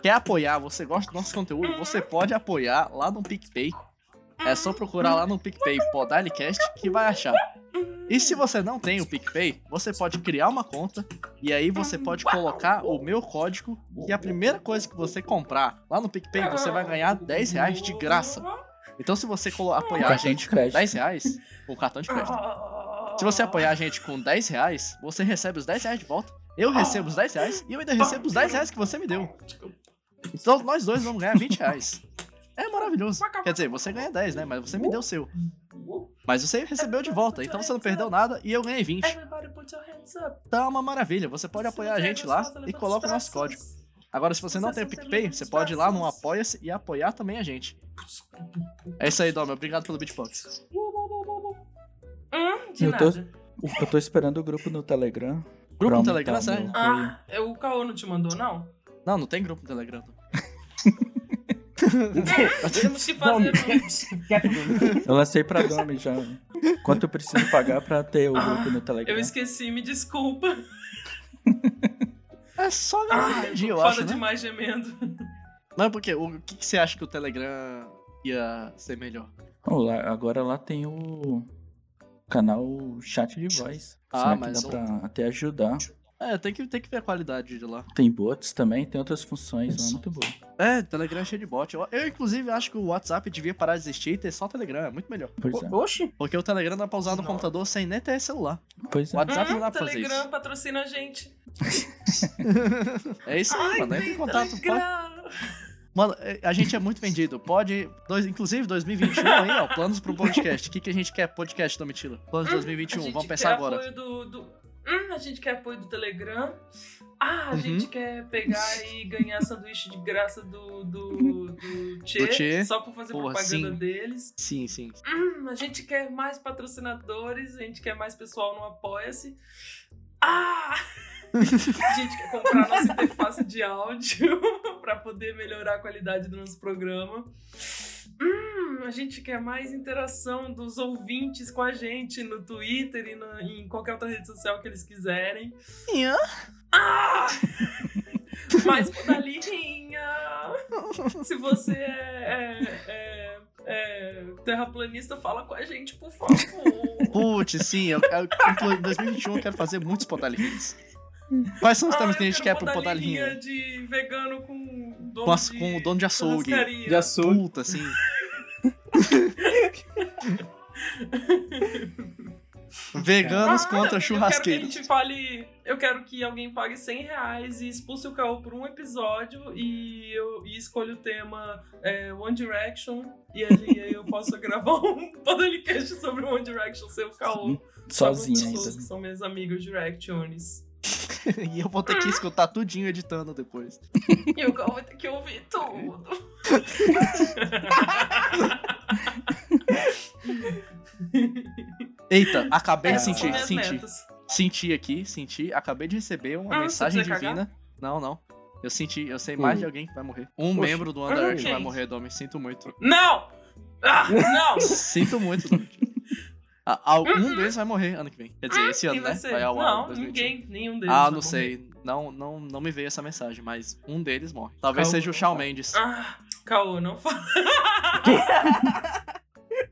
quer apoiar, você gosta do nosso conteúdo, você pode apoiar lá no PicPay. É só procurar lá no PicPay Podalicast que vai achar. E se você não tem o PicPay, você pode criar uma conta e aí você pode colocar o meu código e a primeira coisa que você comprar lá no PicPay, você vai ganhar 10 reais de graça. Então se você colo- apoiar a
Cartão de
gente com
crédito.
10 reais, com cartão de crédito, se você apoiar a gente com 10 reais, você recebe os 10 reais de volta. Eu recebo os 10 reais e eu ainda recebo os 10 reais que você me deu.
Tipo,
Então nós dois vamos ganhar 20 reais. É maravilhoso. Quer dizer, você ganha 10, né? Mas você me deu o seu. Mas você recebeu de volta, então você não perdeu nada e eu ganhei 20.
Everybody put your hands up. é
Então é uma maravilha. Você pode apoiar a gente lá e coloca o nosso código. Agora, se você não tem o PicPay, você pode ir lá no Apoia-se e apoiar também a gente. É isso aí, Dom. Obrigado pelo beatbox.
Hum, de
Eu tô-
nada.
Eu tô esperando o grupo no Telegram.
Grupo
pra
no Telegram,
aumentar o
sério?
meu apoio.
Ah, é, o Caô não te mandou, não?
Não, não tem grupo no Telegram. (laughs)
(laughs)
Temos que
Dome.
fazer um.
(laughs)
Quieto, Dome.
Eu lancei pra Domi já. Quanto eu preciso pagar pra ter o grupo no Telegram?
Eu esqueci, me desculpa.
É só
Ah,
ganhar
eu
energia,
tô
eu
foda
acho, né?
demais gemendo.
Mas porque o que, que você acha que o Telegram ia ser melhor?
Bom, lá- agora lá tem o canal chat de voz.
Ah,
Será que
mas
dá
o-
pra até ajudar?
É, tem que, tem que ver a qualidade de lá.
Tem bots também, tem outras funções lá, muito boa.
É, Telegram é cheio de bot. Eu, eu, inclusive, acho que o WhatsApp devia parar de existir e ter só Telegram. É muito melhor.
Pois é.
Oxi.
Porque o Telegram dá pra usar no
Nossa.
computador sem nem ter celular.
Pois
O
é.
WhatsApp não
Hum,
dá pra fazer
Telegram
isso.
patrocina a gente.
É isso aí, mano. Entra em
tem
contato. Pode...
Telegram.
Mano, é, a gente é muito vendido. Pode. Dois, inclusive, 2021 aí, ó. Planos pro podcast. O que, que a gente quer? Podcast, não mentira. Planos de
Hum, A
2021.
gente
Vamos
quer
pensar agora.
apoio Do, do... Hum, a gente quer apoio do Telegram. Ah, a
Uhum.
gente quer pegar e ganhar sanduíche de graça do, do, do, Tchê,
Do Tchê.
só por fazer
Porra,
propaganda
sim.
deles.
Sim, sim.
Hum, a gente quer mais patrocinadores, a gente quer mais pessoal no Apoia-se. Ah! (laughs) a gente quer comprar nossa interface de áudio (laughs) para poder melhorar a qualidade do nosso programa. Hum, a gente quer mais interação dos ouvintes com a gente no Twitter e na- em qualquer outra rede social que eles quiserem. Mais pedalinha! Se você é, é, é, é terraplanista, fala com a gente, por favor.
Putz, sim, eu, eu, em 2021 eu quero fazer muitos podalinhas. Quais são os temas
Ah,
que a
eu
gente quer
quero
pro
botar linha
podalinha?
de vegano com dono
Com, as-
de
com o dono de açougue.
churrascaria.
De açougue.
Puta, assim. Veganos
Ah,
contra
amigo, Eu quero
churrasqueiros.
que a gente fale. Eu quero que alguém pague 100 reais e expulse o Caô por um episódio e eu e escolha o tema é, One Direction e aí aí eu posso (laughs) gravar um podcast sobre o One Direction sem o Caô. Só com
Sozinho
pessoas que
ainda.
São meus amigos Directions.
(laughs) e eu vou ter que escutar tudinho editando depois.
E o Caô vai ter que ouvir tudo.
Eita, acabei
É,
de
são
sentir,
minhas
senti.
metas.
Senti aqui, senti. Acabei de receber uma
Ah, você
mensagem
precisa cagar?
divina. Não, não. Eu senti, eu sei mais
Hum.
de alguém que vai morrer. Um
Poxa.
membro do Underworld
Ah,
vai
ok.
morrer, Domi. Sinto muito.
Não! Ah, não!
Sinto muito, Domi. Ah, Algum deles vai morrer ano que vem. Quer dizer, esse ano,
Uhum. Ah, Quem vai
né?
ser?
Vai ao ar,
não,
2021.
ninguém, nenhum deles. tá
Ah,
vai
não
morrer.
sei. Não, não, não me veio essa mensagem, mas um deles morre. Talvez
Calma,
seja o Shawn Mendes.
Ah, Caô, não fala.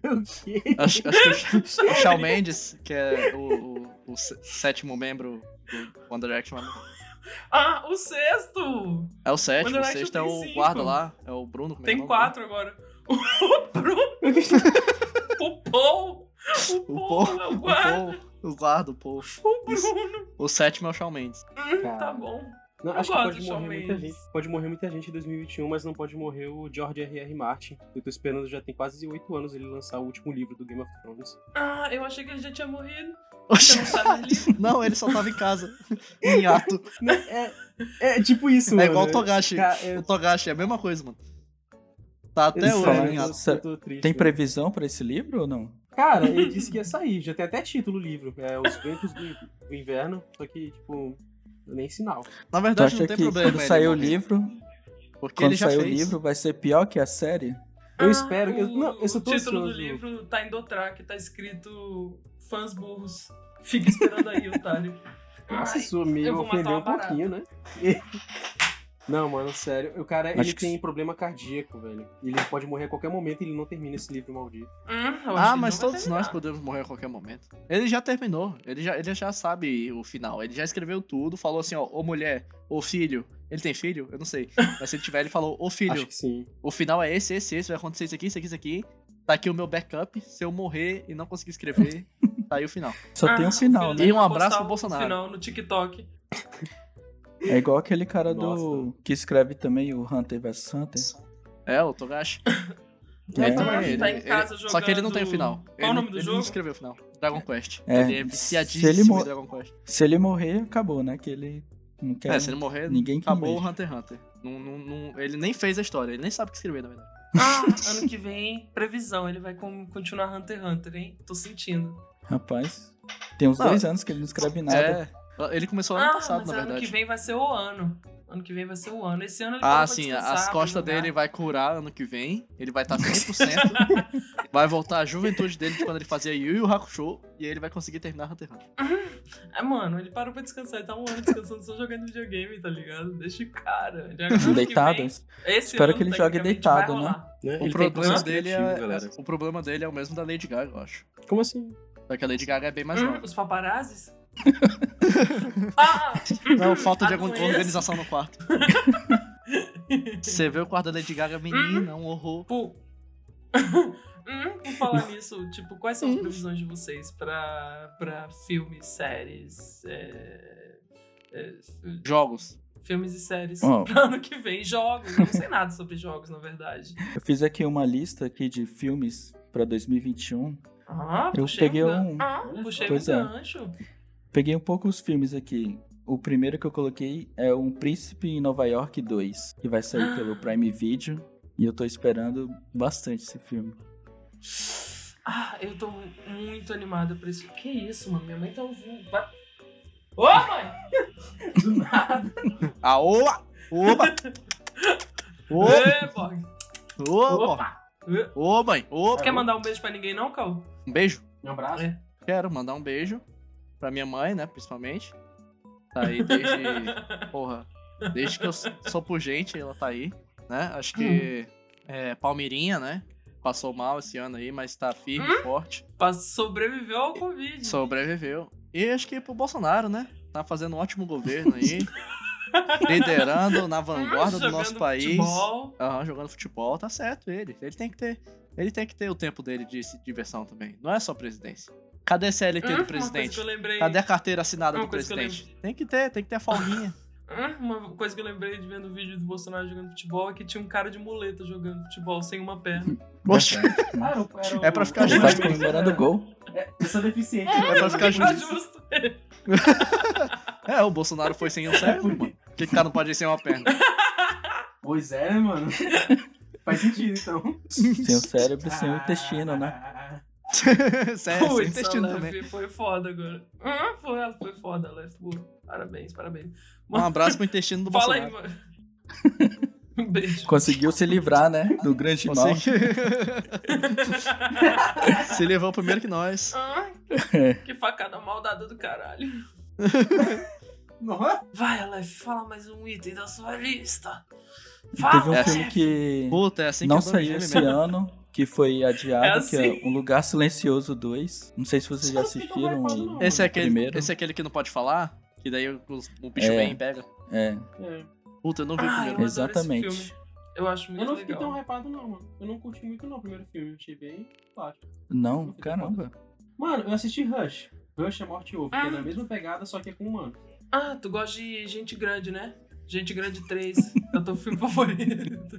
O quê?
Acho, acho que o
(laughs)
Sha- o Shawn Mendes, que é o, o- o sé- sétimo membro do One Direction, vai morrer.
Ah, o sexto!
é o sétimo,
One
o
Direction
sexto é
tem
o
cinco.
guarda lá, é o Bruno. como é que é o nome dele?
Tem quatro agora. (laughs) O Bruno. o Paul. O
O
Paul.
Paul,
é
o
o guarda.
Paul, o guarda, o Paul.
(laughs) O Bruno.
O sétimo é o Shawn Mendes. (laughs)
Hum, tá
Cara.
bom.
Não,
Eu
acho que
gosto do
pode
Shawn
morrer muita
Mendes.
gente. Pode morrer muita gente em 2021, mas não pode morrer o George R.R. Martin. Eu tô esperando já tem quase oito anos ele lançar o último livro do Game of Thrones.
Ah, eu achei que ele já tinha morrido.
Oxi.
Você não sabe ali?
Não, ele só tava em casa, (laughs) em ato.
Não, é, é tipo
(laughs)
isso,
É
mano.
igual o Togashi.
Cara, eu-
O Togashi é a mesma coisa, mano. Tá até
eu-
hoje
falar
em
eu-
ato.
nisso.
eu tô triste.
Tem previsão pra esse livro ou não?
Cara, ele disse que ia sair, já tem até título o livro. É Os Ventos do, do Inverno, só que, tipo, nem sinal.
Na
Tu
verdade,
acha
não
que
tem problema.
quando
ele
sair o
morrer,
livro,
Porque
quando
ele já
sair o
fez.
livro vai ser pior que a série?
Eu
Ah,
espero que-
O,
não, eu só tô
o título do
ansioso.
livro tá em Dotrack, tá escrito Fãs Burros. Fica esperando aí, otário.
Nossa,
Ai,
isso me
eu vou matar
ofendeu
uma
um pouquinho, né? (laughs) Não, mano, sério. O cara, ele
Acho que
tem
sim.
problema cardíaco, velho. Ele pode morrer a qualquer momento e ele não termina esse livro maldito.
hum, eu acho
Ah, mas
que não vai
todos nós
terminar.
podemos morrer a qualquer momento. Ele já terminou, ele já, ele já sabe o final. Ele já escreveu tudo, falou assim, ó, ô mulher, ô filho. Ele tem filho? Eu não sei. Mas se ele tiver, ele falou, ô filho,
Acho que sim.
o final é esse, esse, esse, vai acontecer isso aqui, isso aqui, isso aqui. Tá aqui o meu backup. Se eu morrer e não conseguir
(laughs)
escrever, tá aí o final.
Só
Ah,
tem um
o
final,
filho
né?
E um
vai
abraço
postar
pro
o
Bolsonaro.
Final
(laughs)
no TikTok.
É igual aquele cara do.
Nossa.
que escreve também o Hunter vs Hunter.
É, o
(coughs)
Togashi.
É,
Ele também,
tá
ele- ele-
em casa
Só que ele não
jogando-
tem o final. ele,
Qual o nome do
ele
jogo?
não escreveu o final. Dragon Quest. Ele
É,
é
se ele
viciadíssimo em
mor-
Dragon Quest.
Se ele morrer, acabou, né? Que ele não quer.
É, se ele morrer,
Ninguém que
acabou o
almeja.
Hunter x Hunter. Não, não, não- ele nem fez a história, ele nem sabe o que escrever, na verdade.
Ah, ano que vem, previsão, ele vai com- continuar Hunter x Hunter, hein? Tô sentindo.
Rapaz, tem uns
Não.
dois anos que ele não escreve nada.
(laughs) É, ele começou ano
ah,
passado,
mas
na
ano que
verdade.
vem vai ser o ano. Ano que vem vai ser o ano. Esse ano ele
Ah,
parou pra
sim,
descansar, né?
as
pra
costas
jogar.
dele vai curar ano que vem, ele vai tá estar 100%,
(laughs)
vai voltar a juventude dele de quando ele fazia Yu Yu Hakusho, e aí ele vai conseguir terminar Hunter x Hunter.
Ah, mano, ele parou pra descansar, ele tá um ano descansando só jogando videogame, tá ligado? Deixa o cara. Já- ano que
Deitado. assim.
vem, esse
Espero
ano,
que ele jogue
tecnicamente,
deitado,
vai
né?
rolar.
Né?
O
Ele tem
problema,
problemas
dele
criativos,
é,
galera.
o problema dele é o mesmo da Lady Gaga, eu acho.
Como assim?
Só que a Lady Gaga é bem mais
Hum,
nova.
os
(laughs)
paparazzis? ah,
Não, falta de
Ah,
alguma
conheço.
organização no quarto. Você vê o quarto da Lady Gaga, menina, um horror.
(laughs)
Pô. Hum, por falar nisso, tipo, quais
Hum.
são as previsões de vocês pra, pra filmes, séries, é, é, f-
Jogos.
filmes e séries (laughs)
Ó.
pra ano que vem? Jogos, eu não sei nada sobre jogos, na verdade.
Eu fiz aqui uma lista aqui de filmes pra 2021.
Ah,
Eu
puxei
peguei
um, gan-
um-
ah, puxei
Pois
um
é.
gancho.
Peguei um pouco os filmes aqui. O primeiro que eu coloquei é Um Príncipe em Nova York 2, que vai sair pelo Prime Video. E eu tô esperando bastante esse filme.
Ah, eu tô muito animada pra isso. Que isso, mano? Minha mãe tá ouvindo. Vai... Ô, mãe! Do nada.
Ah, oa! Oba! Oba!
Ê, Borg.
Oba!
Opa! Ê.
Ô, mãe! Ô,
Quer mandar um beijo pra ninguém, não, Cal?
Um beijo?
Um abraço.
Quero mandar um beijo pra minha mãe, né? Principalmente. Tá aí desde. Porra. Desde que eu sou por gente, ela tá aí. né? Acho que é, Palmeirinha, né? Passou mal esse ano aí, mas tá firme, forte.
Pra- Sobreviveu ao Covid.
Sobreviveu. E acho que pro Bolsonaro, né? Tá fazendo um ótimo governo
(laughs)
aí. liderando na vanguarda do
Jogando
nosso país.
futebol.
Aham, jogando futebol, tá certo ele. Ele tem que ter, ele tem que ter o tempo dele de se- diversão também. Não é só presidência. Cadê CLT do
Hum, Uma coisa que
presidente?
eu lembrei.
Cadê a carteira assinada
Uma
do
coisa que eu
presidente? Tem que ter, tem que ter a folguinha.
Hum, Uma coisa que eu lembrei de vendo o vídeo do Bolsonaro jogando futebol é que tinha um cara de muleta jogando futebol sem uma perna.
(laughs) Poxa, É pra
(laughs)
ficar
Ele tava
justo.
tá comemorando o gol.
Eu sou deficiente.
é
(laughs)
pra ficar
Tá
justo.
justo.
É, o Bolsonaro foi sem um cérebro, mano. Por que que o cara não pode ir sem uma perna? (laughs)
Pois é, né, (laughs) mano? Faz sentido, então.
Sem o cérebro,
é
sem
um
Ah.
o intestino, né?
Sério,
Putz,
sem intestino
a
também.
Lef então, Foi foda agora. Ah, foi, ela foi foda, Lef. Pô, Parabéns, parabéns.
Um abraço pro intestino do
Fala aí,
Bolsonaro.
mano. (laughs)
(laughs)
Um beijo.
Conseguiu se livrar, né? Do grande mal.
Você (laughs) se levou primeiro que nós.
Ah,
É.
que facada maldada do caralho.
Nossa.
Vai, Lef, fala mais um item da sua lista.
Teve
Fala,
um
É.
filme que
Puta, é assim
não
que eu dou
saiu
gelo
esse
mesmo.
ano, que foi adiado,
É assim.
que é Um Lugar Silencioso 2. Não sei se vocês já
Eu não fico
assistiram.
hypado,
e-
não.
Esse é,
o primeiro.
aquele, esse é aquele que não pode falar? Que daí o, o bicho
É.
vem e pega.
É,
Puta, eu não vi o
Ah, eu
primeiro.
adoro
Exatamente.
esse filme. Eu acho muito
Eu não fiquei
legal.
tão hypado, não, mano. Eu não curti muito, não, o primeiro filme. Achei bem plástico.
Não, caramba.
Mano, eu assisti Rush. Rush é Morte e Ovo, que é
Ah.
da mesma pegada, só que é com humano.
Ah, tu gosta de Gente Grande, né? Gente Grande 3. é o teu filme (laughs) favorito.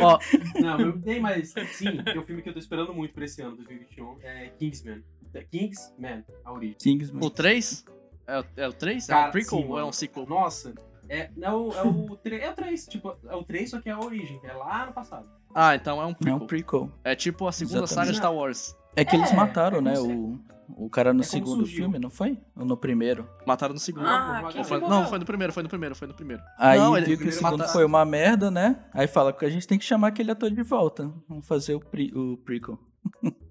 Ó,
Não, eu dei, mas sim, tem um filme que eu tô esperando muito pra esse ano, 2021, é Kingsman. The Kingsman, a origem.
Kingsman.
o 3? É, o- é o 3? É
Cara,
um prequel
sim,
ou é
mano.
um sequel?
Nossa, é, é o, é o 3, é o 3, tipo, é o 3, só que é a origem, é lá no passado.
Ah, então é um
É
prequel.
um prequel.
É tipo a segunda saga
Exatamente.
Star Wars.
É que eles
É,
mataram,
é
né? O,
como
o cara no
É como
segundo
surgiu.
filme, não foi? Ou no primeiro?
Mataram no segundo.
Ah,
Ou
quem
Ou
que
foi-
morreu?
não, foi no primeiro, foi no primeiro, foi no primeiro.
Aí
Não, ele-
viu que o
primeiro
segundo
mataram.
foi uma merda, né? Aí fala que a gente tem que chamar aquele ator de volta. Vamos fazer o, pre, o prequel.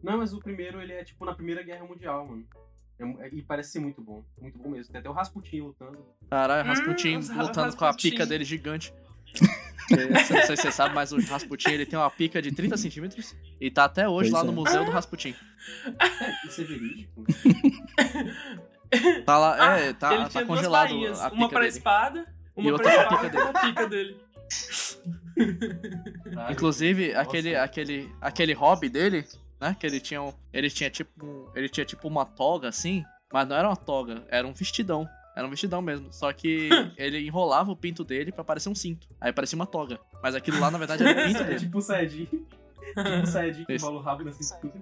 Não, mas o primeiro, ele é, tipo, na Primeira Guerra Mundial, mano. É mu- é- e parece ser muito bom, muito bom mesmo. Tem até o Rasputin lutando.
Caralho,
Hum,
Rasputin
os Ra-
lutando com a
Rasputin.
pica dele
(laughs)
gigante. Eu Não sei se você sabe, mas o Rasputin ele tem uma pica de 30 centímetros e tá até hoje
Pois
lá
é.
no museu
Ah.
do Rasputin.
É, isso é verídico.
Tá lá, é,
Ah,
tá,
ele
tá
tinha duas
congelado
bainhas,
a pica
uma pra
dele.
espada, uma
E outra
pra
pra
espada
pica
e outra pra pica dele.
Caralho.
Inclusive,
Nossa.
aquele, aquele, aquele hobby dele, né? Que ele tinha, um- ele tinha tipo, um- ele tinha tipo uma toga assim, mas não era uma toga, era um vestidão. Era um vestidão mesmo, só que
(laughs)
ele enrolava o pinto dele pra parecer um cinto. Aí parecia uma toga, mas aquilo lá na verdade era o pinto
É
(laughs)
dele.
tipo o Saiyajin. (laughs) tipo o Saiyajin que
Esse.
rola o assim, rabo na cintura.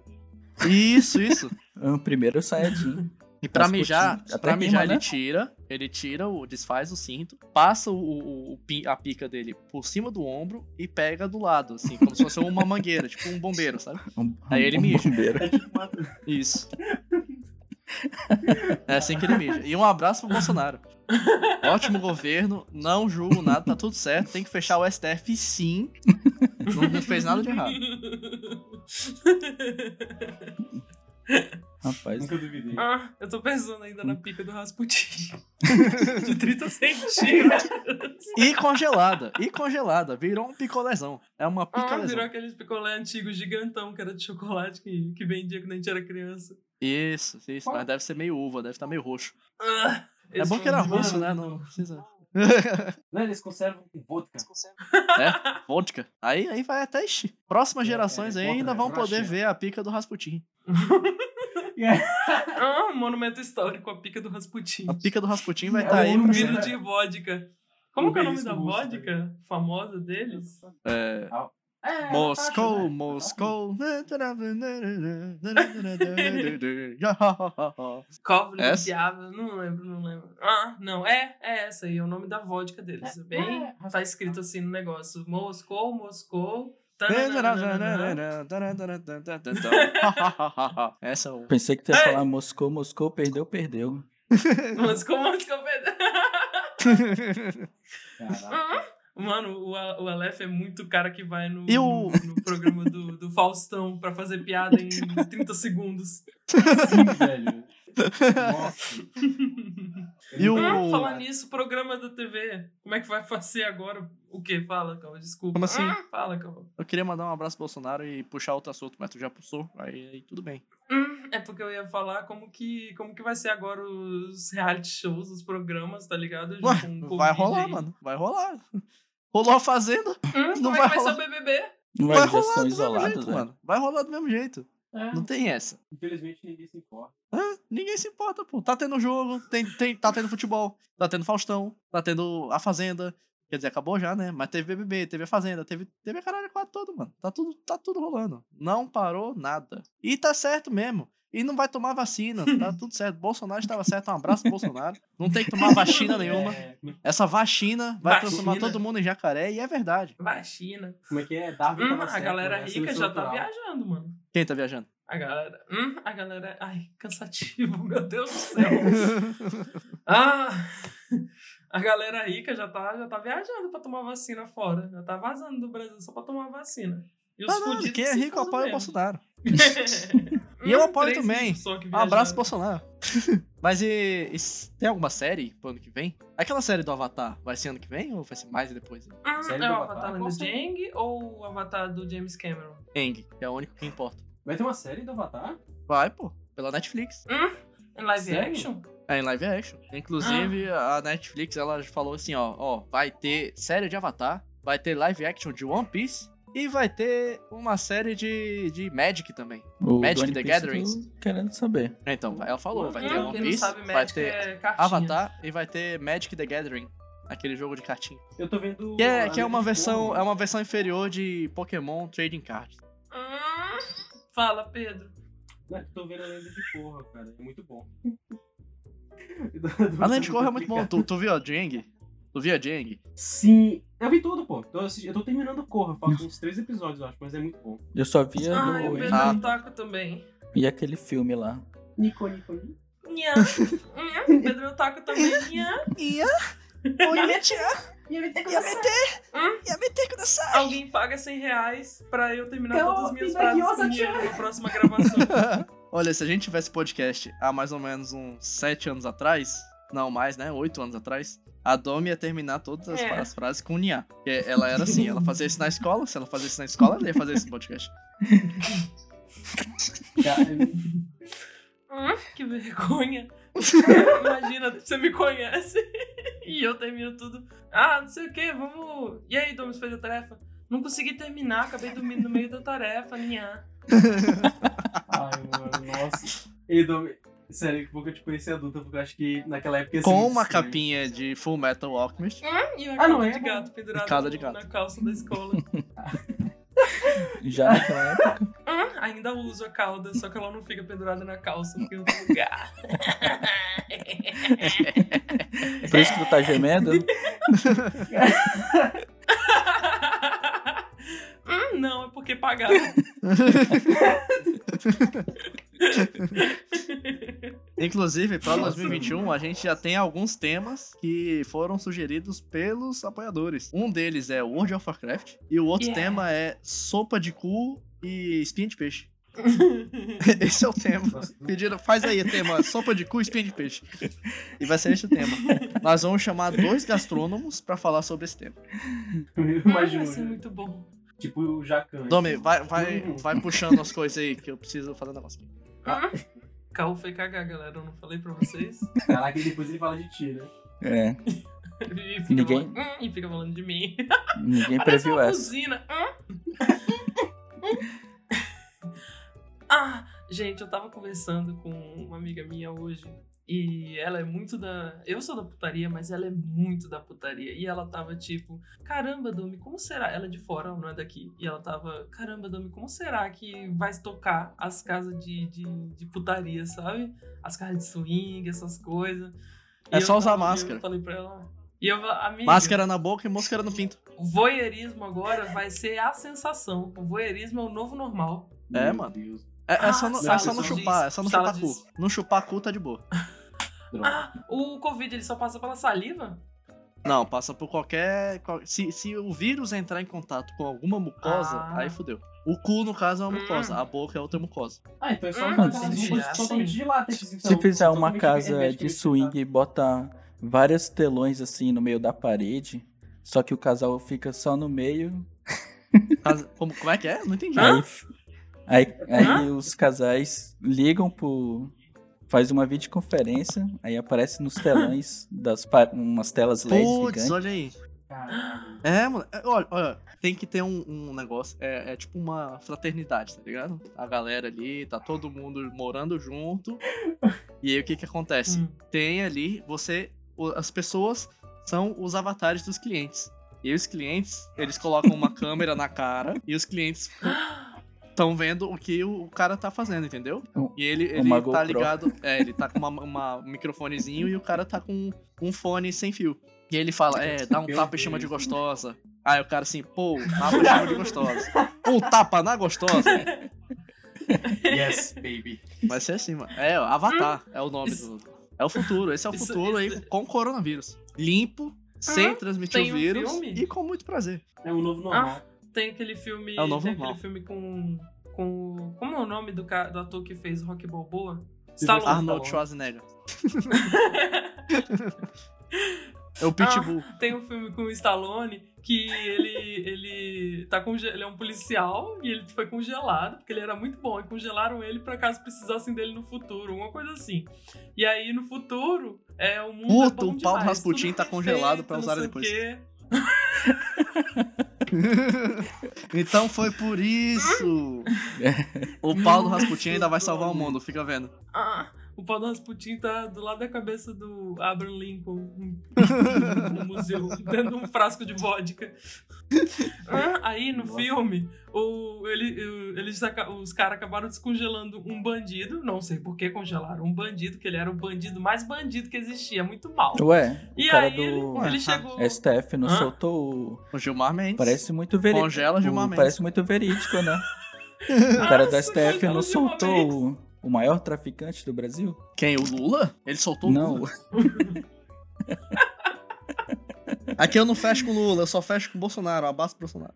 Isso, isso.
Ah, O
(laughs)
primeiro Saiyajin.
E pra
Rasputin.
mijar,
Até
pra
queima,
mijar
né?
ele tira, ele tira, o, desfaz o cinto, passa o, o- o pi- a pica dele por cima do ombro e pega do lado, assim, como se fosse uma mangueira, tipo um bombeiro, sabe?
Um-
Aí ele
um
mija.
bombeiro.
É tipo uma...
Isso. É assim que ele mija. E um abraço pro Bolsonaro. Ótimo governo, não julgo nada, tá tudo certo. Tem que fechar o STF sim. Não, não fez nada de errado. (laughs)
Rapaz,
Nunca duvidei.
(laughs) Ah, eu tô pensando ainda na pica do Rasputin. (laughs) De 30 centímetros.
E congelada, e congelada. Virou um picolezão. É uma
(laughs) Ah, virou
picolezão.
aqueles picolé antigos gigantão que era de chocolate que, que vendia quando a gente era criança.
Isso, isso. Mas deve ser meio uva, deve estar meio roxo.
Ah,
É
esse
bom que era
foi um
russo, né?
maravilhoso.
Não precisa.
Não, eles conservam com vodka.
Vodka. Aí, aí vai até. Ixi. Próximas
É,
gerações
é,
aí ainda
contra-
vão poder
Russia.
ver a pica do Rasputin.
Ah, um monumento histórico, a pica do Rasputin.
A pica do Rasputin vai
É
estar aí.
um
Um
pra
vidro
vidro
sempre.
de vodka. Como
Um né?
que é o nome da
belisco russo,
vodka famosa deles?
É.
É,
tá
Moscou,
Natasha, né?
Moscou.
Covre do
Essa?
Diabo, não lembro, não lembro. Ah, não, é, é essa aí, é o nome da vodka deles. É bem,
é,
tá escrito assim no negócio, Moscou, Moscou...
né? (laughs)
tananana.
(laughs) Essa é o.
pensei que tu ia falar Moscou, Moscou, perdeu, perdeu.
Moscou, Moscou...
Caraca.
Ah, (laughs) Mano, o, A- o Aleph é muito cara que vai no,
E o-
no, no
(laughs)
programa do, do Faustão pra fazer piada em 30 segundos.
Sim, velho.
Nossa.
E o.
Ah, falar nisso, programa da TV. Como é que vai fazer agora? O quê? Fala, calma, desculpa.
Como assim?
Ah, fala, calma.
Eu queria mandar um abraço pro Bolsonaro e puxar outro assunto, mas tu já puxou, aí, aí tudo bem.
Hum, é porque eu ia falar como que, como que vai ser agora os reality shows, os programas, tá ligado?
Ué,
Com o
Vai
Covid
rolar,
aí.
mano. Vai rolar. Rolou a fazenda,
Hum, como
Não
é que
vai
vai ser
rolar.
o BBB?
Não
vai
vai, já
rolar do
são
mesmo
isolados,
jeito,
né?
mano. Vai rolar do mesmo jeito. Não tem essa.
Infelizmente ninguém se importa.
Hã? ninguém se importa, pô. Tá tendo jogo, tem, tem, tá tendo futebol, tá tendo Faustão, tá tendo a Fazenda. Quer dizer, acabou já, né? Mas teve BBB, teve a Fazenda, teve, teve a caralho quase todo, mano. Tá tudo, tá tudo rolando. Não parou nada. E tá certo mesmo. E não vai tomar vacina,
(laughs)
tá tudo certo. Bolsonaro estava certo, um abraço pro Bolsonaro. Não tem que
(laughs)
tomar vacina nenhuma.
É,
Essa vacina vai
Vacina.
transformar todo mundo em jacaré e é verdade.
Vai, China.
como é que é? Darwin
Hum,
tava
a
certo,
galera
né?
rica
Seleção
já tá
natural.
viajando, mano.
Quem tá viajando?
A galera. Hum, a galera. Ai, cansativo, (laughs) meu Deus do céu. Ah! A galera rica já tá, já tá viajando pra tomar vacina fora. Já tá vazando do Brasil só pra tomar vacina. E os
Não, não,
fudidos
quem é
se
rico apoia o Bolsonaro.
fudendo. (laughs)
E eu apoio
Três
também.
ricos só que
Um abraço,
viajaram.
Bolsonaro. (laughs) Mas e, e s- tem alguma série pro ano que vem? Aquela série do Avatar vai ser ano que vem ou vai ser mais depois?
Hum,
Série
é
do
o
Avatar?
Avatar
Qual
do
série?
Jang ou o Avatar do James Cameron?
Eng, que é o único que importa.
Vai ter uma série do Avatar?
Vai, pô, pela Netflix.
Em live
Sério?
action?
É em live action. Inclusive, a Netflix ela falou assim: ó, ó, vai ter série de Avatar, vai ter live action de One Piece e vai ter uma série de, de Magic também.
O
Magic
Johnny
the
Piece eu tô
Gathering.
Querendo saber.
Então, ela falou: vai
Hum,
ter
quem
One
não
Piece,
sabe,
vai
Magic
ter
é cartinha.
Avatar e vai ter Magic the Gathering. Aquele jogo de cartinha.
Eu tô vendo.
Que é, que é
American
uma versão,
Horror.
é uma versão inferior de Pokémon Trading Card.
Hum, fala, Pedro.
um-
Não, é eu tô vendo a lenda de porra, cara. É muito (laughs) bom. Eu
A
tô
Land Corra é muito bom. Tu,
complicado.
tu viu a Jeng? Tu viu a
(laughs)
Jeng?
Sim. Eu vi tudo, pô. Eu, assisti- eu tô terminando Corra, faltam uns três episódios, eu acho, mas é
(laughs)
muito bom.
Eu só via
Ah, o
do...
Pedro
Ah.
não taco também.
e aquele filme lá.
Nico, Nico, Nico.
Nha. Nha. O Pedro não taco também. é Nha.
Ia! Ia
Hum,
meter com essa.
alguém paga 100 reais pra eu terminar
Então,
todas as minhas
fica aqui,
frases
ó,
com dinheiro na próxima
(laughs)
gravação.
Olha, se a gente tivesse podcast há mais ou menos uns sete anos atrás, não mais, né? Oito anos atrás, a Domi ia terminar todas as,
É.
as frases com Nia. Porque ela era assim, ela fazia isso na escola, se ela fazia isso na escola, ela ia fazer isso no podcast.
Cara,
Hum, que vergonha. Imagina, você me conhece (laughs) e eu termino tudo. Ah, não sei o que, vamos. E aí, Domus, fez a tarefa? Não consegui terminar, acabei dormindo no meio da tarefa, minha.
Ai, mano, (laughs) nossa. E Dom, sério, que bom que eu te conheci adulta, porque eu acho que naquela época. assim,
Com uma
sim.
capinha de Full Metal Alchemist.
E a
Ah, não,
cauda
é
de
bom.
gato pendurada
Cauda de
no-
gato.
na calça da escola.
Já naquela época.
Hum, ainda uso a cauda, só que ela não fica pendurada na calça, porque eu tenho lugar.
Por isso que tu tá
(laughs)
gemendo.
(laughs) hum, não, é porque pagaram.
Inclusive, para
Nossa,
2021, a gente já tem alguns temas que foram sugeridos pelos apoiadores. Um deles é World of Warcraft e o outro
Yeah.
tema é sopa de cu e espinha de peixe.
(laughs)
Esse é o tema.
Nossa, (laughs)
Pediram, faz aí o tema, sopa de cu e espinha de peixe. E vai ser esse o tema. Nós vamos chamar dois gastrônomos para falar sobre esse tema.
eu
Hum, vai ser
imagino. né?
muito bom.
Tipo o Jacan.
Domi, vai, vai, vai puxando as coisas aí que eu preciso fazer um negócio. aqui.
Ah. Caô foi cagar, galera. Eu não falei pra vocês. (laughs)
Caraca, e depois ele fala de ti, né?
É.
E fica
Ninguém-
falando, "Hum", e fica falando de mim.
Ninguém
Parece
previu
uma
essa.
buzina. Hum? (laughs) ah, gente, eu tava conversando com uma amiga minha hoje. E ela é muito da. Eu sou da putaria, mas ela é muito da putaria. E ela tava tipo, caramba, Domi, como será? Ela é de fora, ela não é daqui. E ela tava, caramba, Domi, como será que vai tocar as casas de, de, de putaria, sabe? As casas de swing, essas coisas. E
É
eu
só usar
tava-
máscara.
Eu falei pra ela. E eu, falei, amiga,
Máscara na boca e máscara no pinto.
o voyeurismo agora vai ser a sensação. O voyeurismo é o novo normal.
É,
Meu
mano.
Deus.
É, é
Ah,
só não, é
sala
só não
de-
chupar, é só não
sala
chupar
de-
cu. Não chupar cu tá de boa.
Droga.
Ah, o Covid ele só passa pela saliva?
Não, passa por qualquer. qual- Se, se o vírus entrar em contato com alguma mucosa,
Ah.
aí fodeu. O cu, no caso, é uma
Hum.
mucosa, a boca é outra mucosa.
Ah, então é só
Hum,
uma
se
casa
tirar,
totalmente
sim.
de látex, então.
Se fizer uma
Totalmente
casa
hermético,
de
isso, tá?
swing e botar vários telões assim no meio da parede, só que o casal fica só no meio,
Casa- Como, como é que é? Não entendi.
aí, aí,
Hã?
aí os casais ligam pro. faz uma videoconferência, aí aparece nos
(laughs)
telões das pa- umas telas LED
Putz,
gigantes.
olha aí.
Caralho.
É, mano. é, Olha, olha, tem que ter um, um negócio. É, é tipo uma fraternidade, tá ligado? A galera ali, tá todo mundo morando junto. E aí o que que acontece?
Hum.
Tem ali, você. o- As pessoas são os avatares dos clientes. E os clientes, eles colocam
(laughs)
uma câmera na cara e os clientes estão vendo o que o o cara tá fazendo, entendeu?
Um-
E ele, ele
uma
tá
GoPro.
ligado. É, ele tá com uma, uma- um microfonezinho e o cara tá com um fone sem fio. E ele fala, é, dá um
Meu
tapa e chama de
Deus.
gostosa. Aí o cara assim, pô, tapa e chama de gostosa.
(laughs)
Um tapa na gostosa.
(gasps) Yes, baby.
Vai ser assim, mano. É, Avatar é o nome
Isso-
do. É o futuro. Esse é o
Isso-
futuro aí com coronavírus. Limpo, sem transmitir
tem
o
um
vírus
filme?
e com muito prazer.
É um novo
Ah,
normal.
Tem aquele filme.
É o novo
tem
normal.
aquele filme com. com o- como é o nome do, ca- do ator que fez Rock Balboa?
Sylvester
Stallone.
Arnold
Stallone.
Schwarzenegger.
(laughs)
É o Pitbull.
Tem um filme com o Stallone
(laughs)
que ele, ele tá conge... ele é um policial e ele foi congelado, porque ele era muito bom, e congelaram ele pra caso precisassem dele no futuro, uma coisa assim. E aí no futuro, é o mundo é
Puta, o pau
bom
do
demais,
Rasputin
tudo
tá congelado pra
perfeito,
usar
não sei
depois.
o quê.
(laughs) então foi por
(laughs)
isso. o pau do Rasputin ainda vai salvar o mundo, fica vendo.
Ah, o pau do Rasputin tá do lado da cabeça do Abraham
(laughs)
Lincoln no museu, dentro de um frasco de
(laughs)
vodka. Ah, aí no
Nossa.
filme, o, ele, o- eles, aca- os caras acabaram descongelando um bandido. Não sei por que congelaram um bandido, que ele era o bandido mais bandido que existia, muito mal.
Ué, o
E
cara
aí ele,
do Ah,
ele chegou.
STF não
Hã?
soltou o.
O Gilmar Mendes.
Parece muito verídico.
Congela Gilmar Mendes.
Parece muito verídico, né? O cara do
Nossa,
STF
congela
não
Gilmar
soltou o, o maior traficante do Brasil?
Quem? O Lula? Ele soltou o
Não,
Lula. (laughs) Aqui eu não fecho com o Lula, eu só fecho com o Bolsonaro. Um abraço pro Bolsonaro.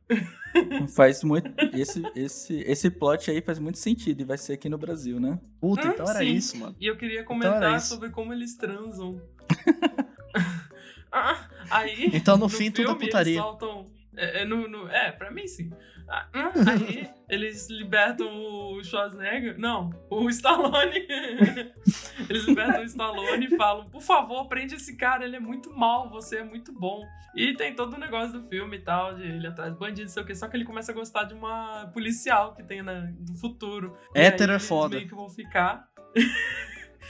faz muito. Esse, esse, esse plot aí faz muito sentido e vai ser aqui no Brasil, né?
Puta,
Hum,
então era
sim.
isso, mano.
E eu queria
Então
era
comentar
isso.
sobre como eles
(laughs)
transam. Ah, aí.
Então,
(laughs)
no fim, tudo é
filme,
putaria.
Eles soltam, é, é, no, no- é, pra mim sim.
(laughs)
Ah, ah, aí eles libertam o Schwarzenegger. Não, o Stallone. (laughs) eles libertam o Stallone e falam: por favor, prende esse cara, ele é muito mal, você é muito bom. E tem todo o negócio do filme e tal, de ele atrás de bandido, sei o quê. Só que ele começa a gostar de uma policial que tem na, do futuro. E aí
Hétero é
eles
foda.
meio que vão ficar.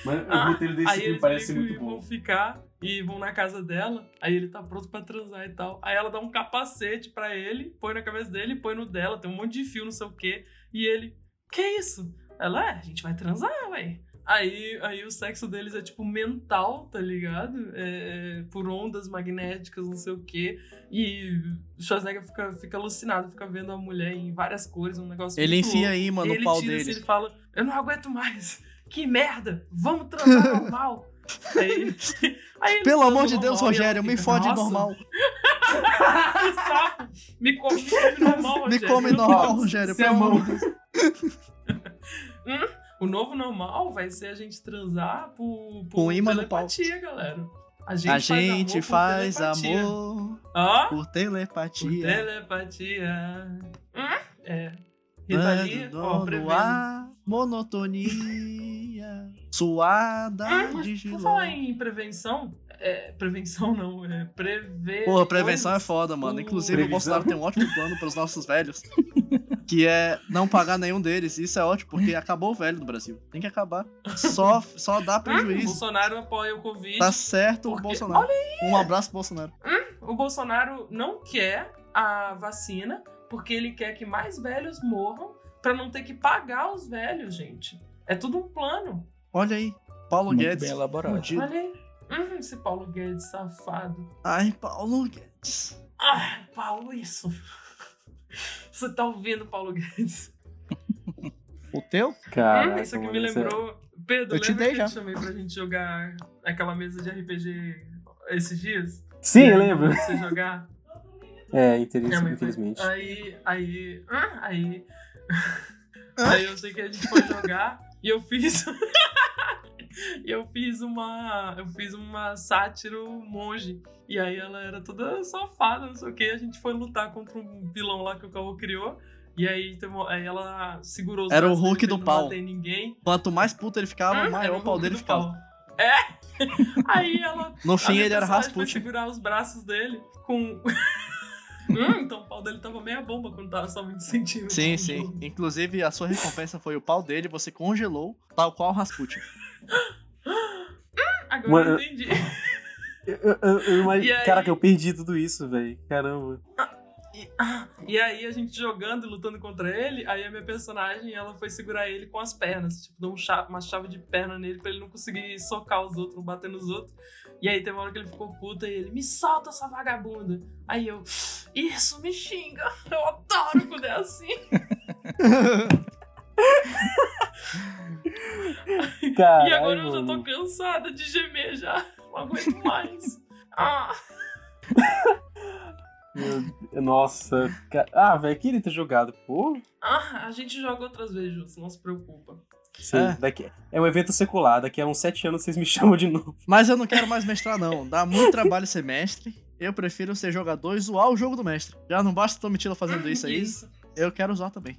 Mano,
Ah,
o roteiro desse
Aí
filme
eles
parece
meio que
muito
vão
bom.
ficar e vão na casa dela. Aí ele tá pronto pra transar e tal. Aí ela dá um capacete pra ele, põe na cabeça dele, põe no dela, tem um monte de fio, não sei o quê. E ele, que isso? Ela, é, a gente vai transar, ué. Aí, aí o sexo deles é tipo mental, tá ligado? É, é, por ondas magnéticas, não sei o quê. E o Schwarzenegger fica, fica alucinado, fica vendo a mulher em várias cores, um negócio
Ele
muito
enfia aí, mano,
ele
o pau
tira assim,
dele.
ele fala, eu não aguento mais. Que merda, vamos transar normal. (laughs) aí, aí eles
Pelo
transam
amor de Deus,
normal e ela
Rogério, me
fica,
fode
né? "Nossa,
normal.
(laughs) que saco. Me come, me come normal,
(laughs) Me
Rogério.
come normal, Rogério.
Eu não posso."
Você é
Pelo amor
mão.
de Deus.
O novo normal vai ser a gente transar por, por
Com ímã no pau.
telepatia, galera. A gente
A
faz amor
gente
por
faz
telepatia.
amor
Ó,
por
por
telepatia.
telepatia. Hum? É. Ritalia, ó,
Dando
prevendo.
a
(laughs)
monotonia suada
Ah,
de
Por
giló.
falar em prevenção, é, prevenção não, é prever.
Porra, prevenção é foda, mano. Inclusive, o
Previsão.
Bolsonaro tem um ótimo plano pros nossos velhos, que é não pagar nenhum deles. Isso é ótimo, porque acabou o velho no Brasil. Tem que acabar. Só, só
Ah,
dá
O
prejuízo.
Bolsonaro apoia o Covid.
Tá certo o
Porque-
Bolsonaro. Um abraço, Bolsonaro.
O Bolsonaro não quer a vacina porque ele quer que mais velhos morram pra não ter que pagar os velhos, gente. É tudo um plano.
Olha aí, Paulo
Muito
Guedes.
bem elaborado.
fudido.
Olha aí. Hum, esse Paulo Guedes safado.
Ai, Paulo Guedes.
Ai, Paulo, isso. (laughs) Você tá ouvindo, Paulo Guedes?
O teu?
Hum, isso aqui me
mano, é-
lembrou. Pedro,
Eu te
lembra
dei
que
já.
eu te chamei pra gente jogar aquela mesa de RPG esses dias?
Sim, eu lembro.
Você jogar.
É,
Minha
infeliz-
mãe foi-
infelizmente.
Aí, aí, ah, aí. Aí eu sei que a gente foi jogar e eu fiz. (laughs) E eu fiz uma. Eu fiz uma sátiro monge. E aí ela era toda safada, não sei o que. A gente foi lutar contra um vilão lá que o carro criou. E aí, teve uma- aí ela segurou os
Era o
braços dele
Hulk
pra
do
ele
pau.
Não bater em ninguém.
Quanto mais puto ele ficava,
Ah, era
maior o pau
Hulk
dele
do
ficava.
pau. É! (laughs) Aí ela
No
a
fim,
minha
ele era
personagem foi assim,
Rasputin.
segurar os braços dele com. (laughs) Hum, então o pau dele tava meia bomba quando tava só 20 centímetros.
Sim,
(laughs) no
sim.
jogo.
Inclusive, a sua recompensa foi o pau dele, você congelou, tal qual o Rasputin.
Agora
Mano,
eu entendi.
Eu, eu, eu, imag-
E aí-
Caraca, eu perdi tudo isso, velho. Caramba.
E aí a gente jogando e lutando contra ele, aí a minha personagem ela foi segurar ele com as pernas, tipo, deu um cha- uma chave de perna nele pra ele não conseguir socar os outros, não bater nos outros. E aí teve uma hora que ele ficou puto e ele, me solta essa vagabunda. Aí eu, isso me xinga, eu adoro quando é assim.
Caralho,
e agora eu já tô
mano.
cansada de gemer já. (laughs) Não aguento mais. Ah,
Meu- Nossa. ca- Ah, velho, queria ter jogado. Pô.
ah, a gente joga outras vezes juntos, não se preocupa.
Sim,
É.
é. Daqui... é um evento secular. Daqui a uns sete anos vocês me (laughs) chamam de novo.
Mas eu não quero mais mestrar, não. Dá muito trabalho ser mestre. Eu prefiro ser jogador e zoar o jogo do mestre. Já não basta tô mentindo fazendo isso aí. Eu quero zoar também.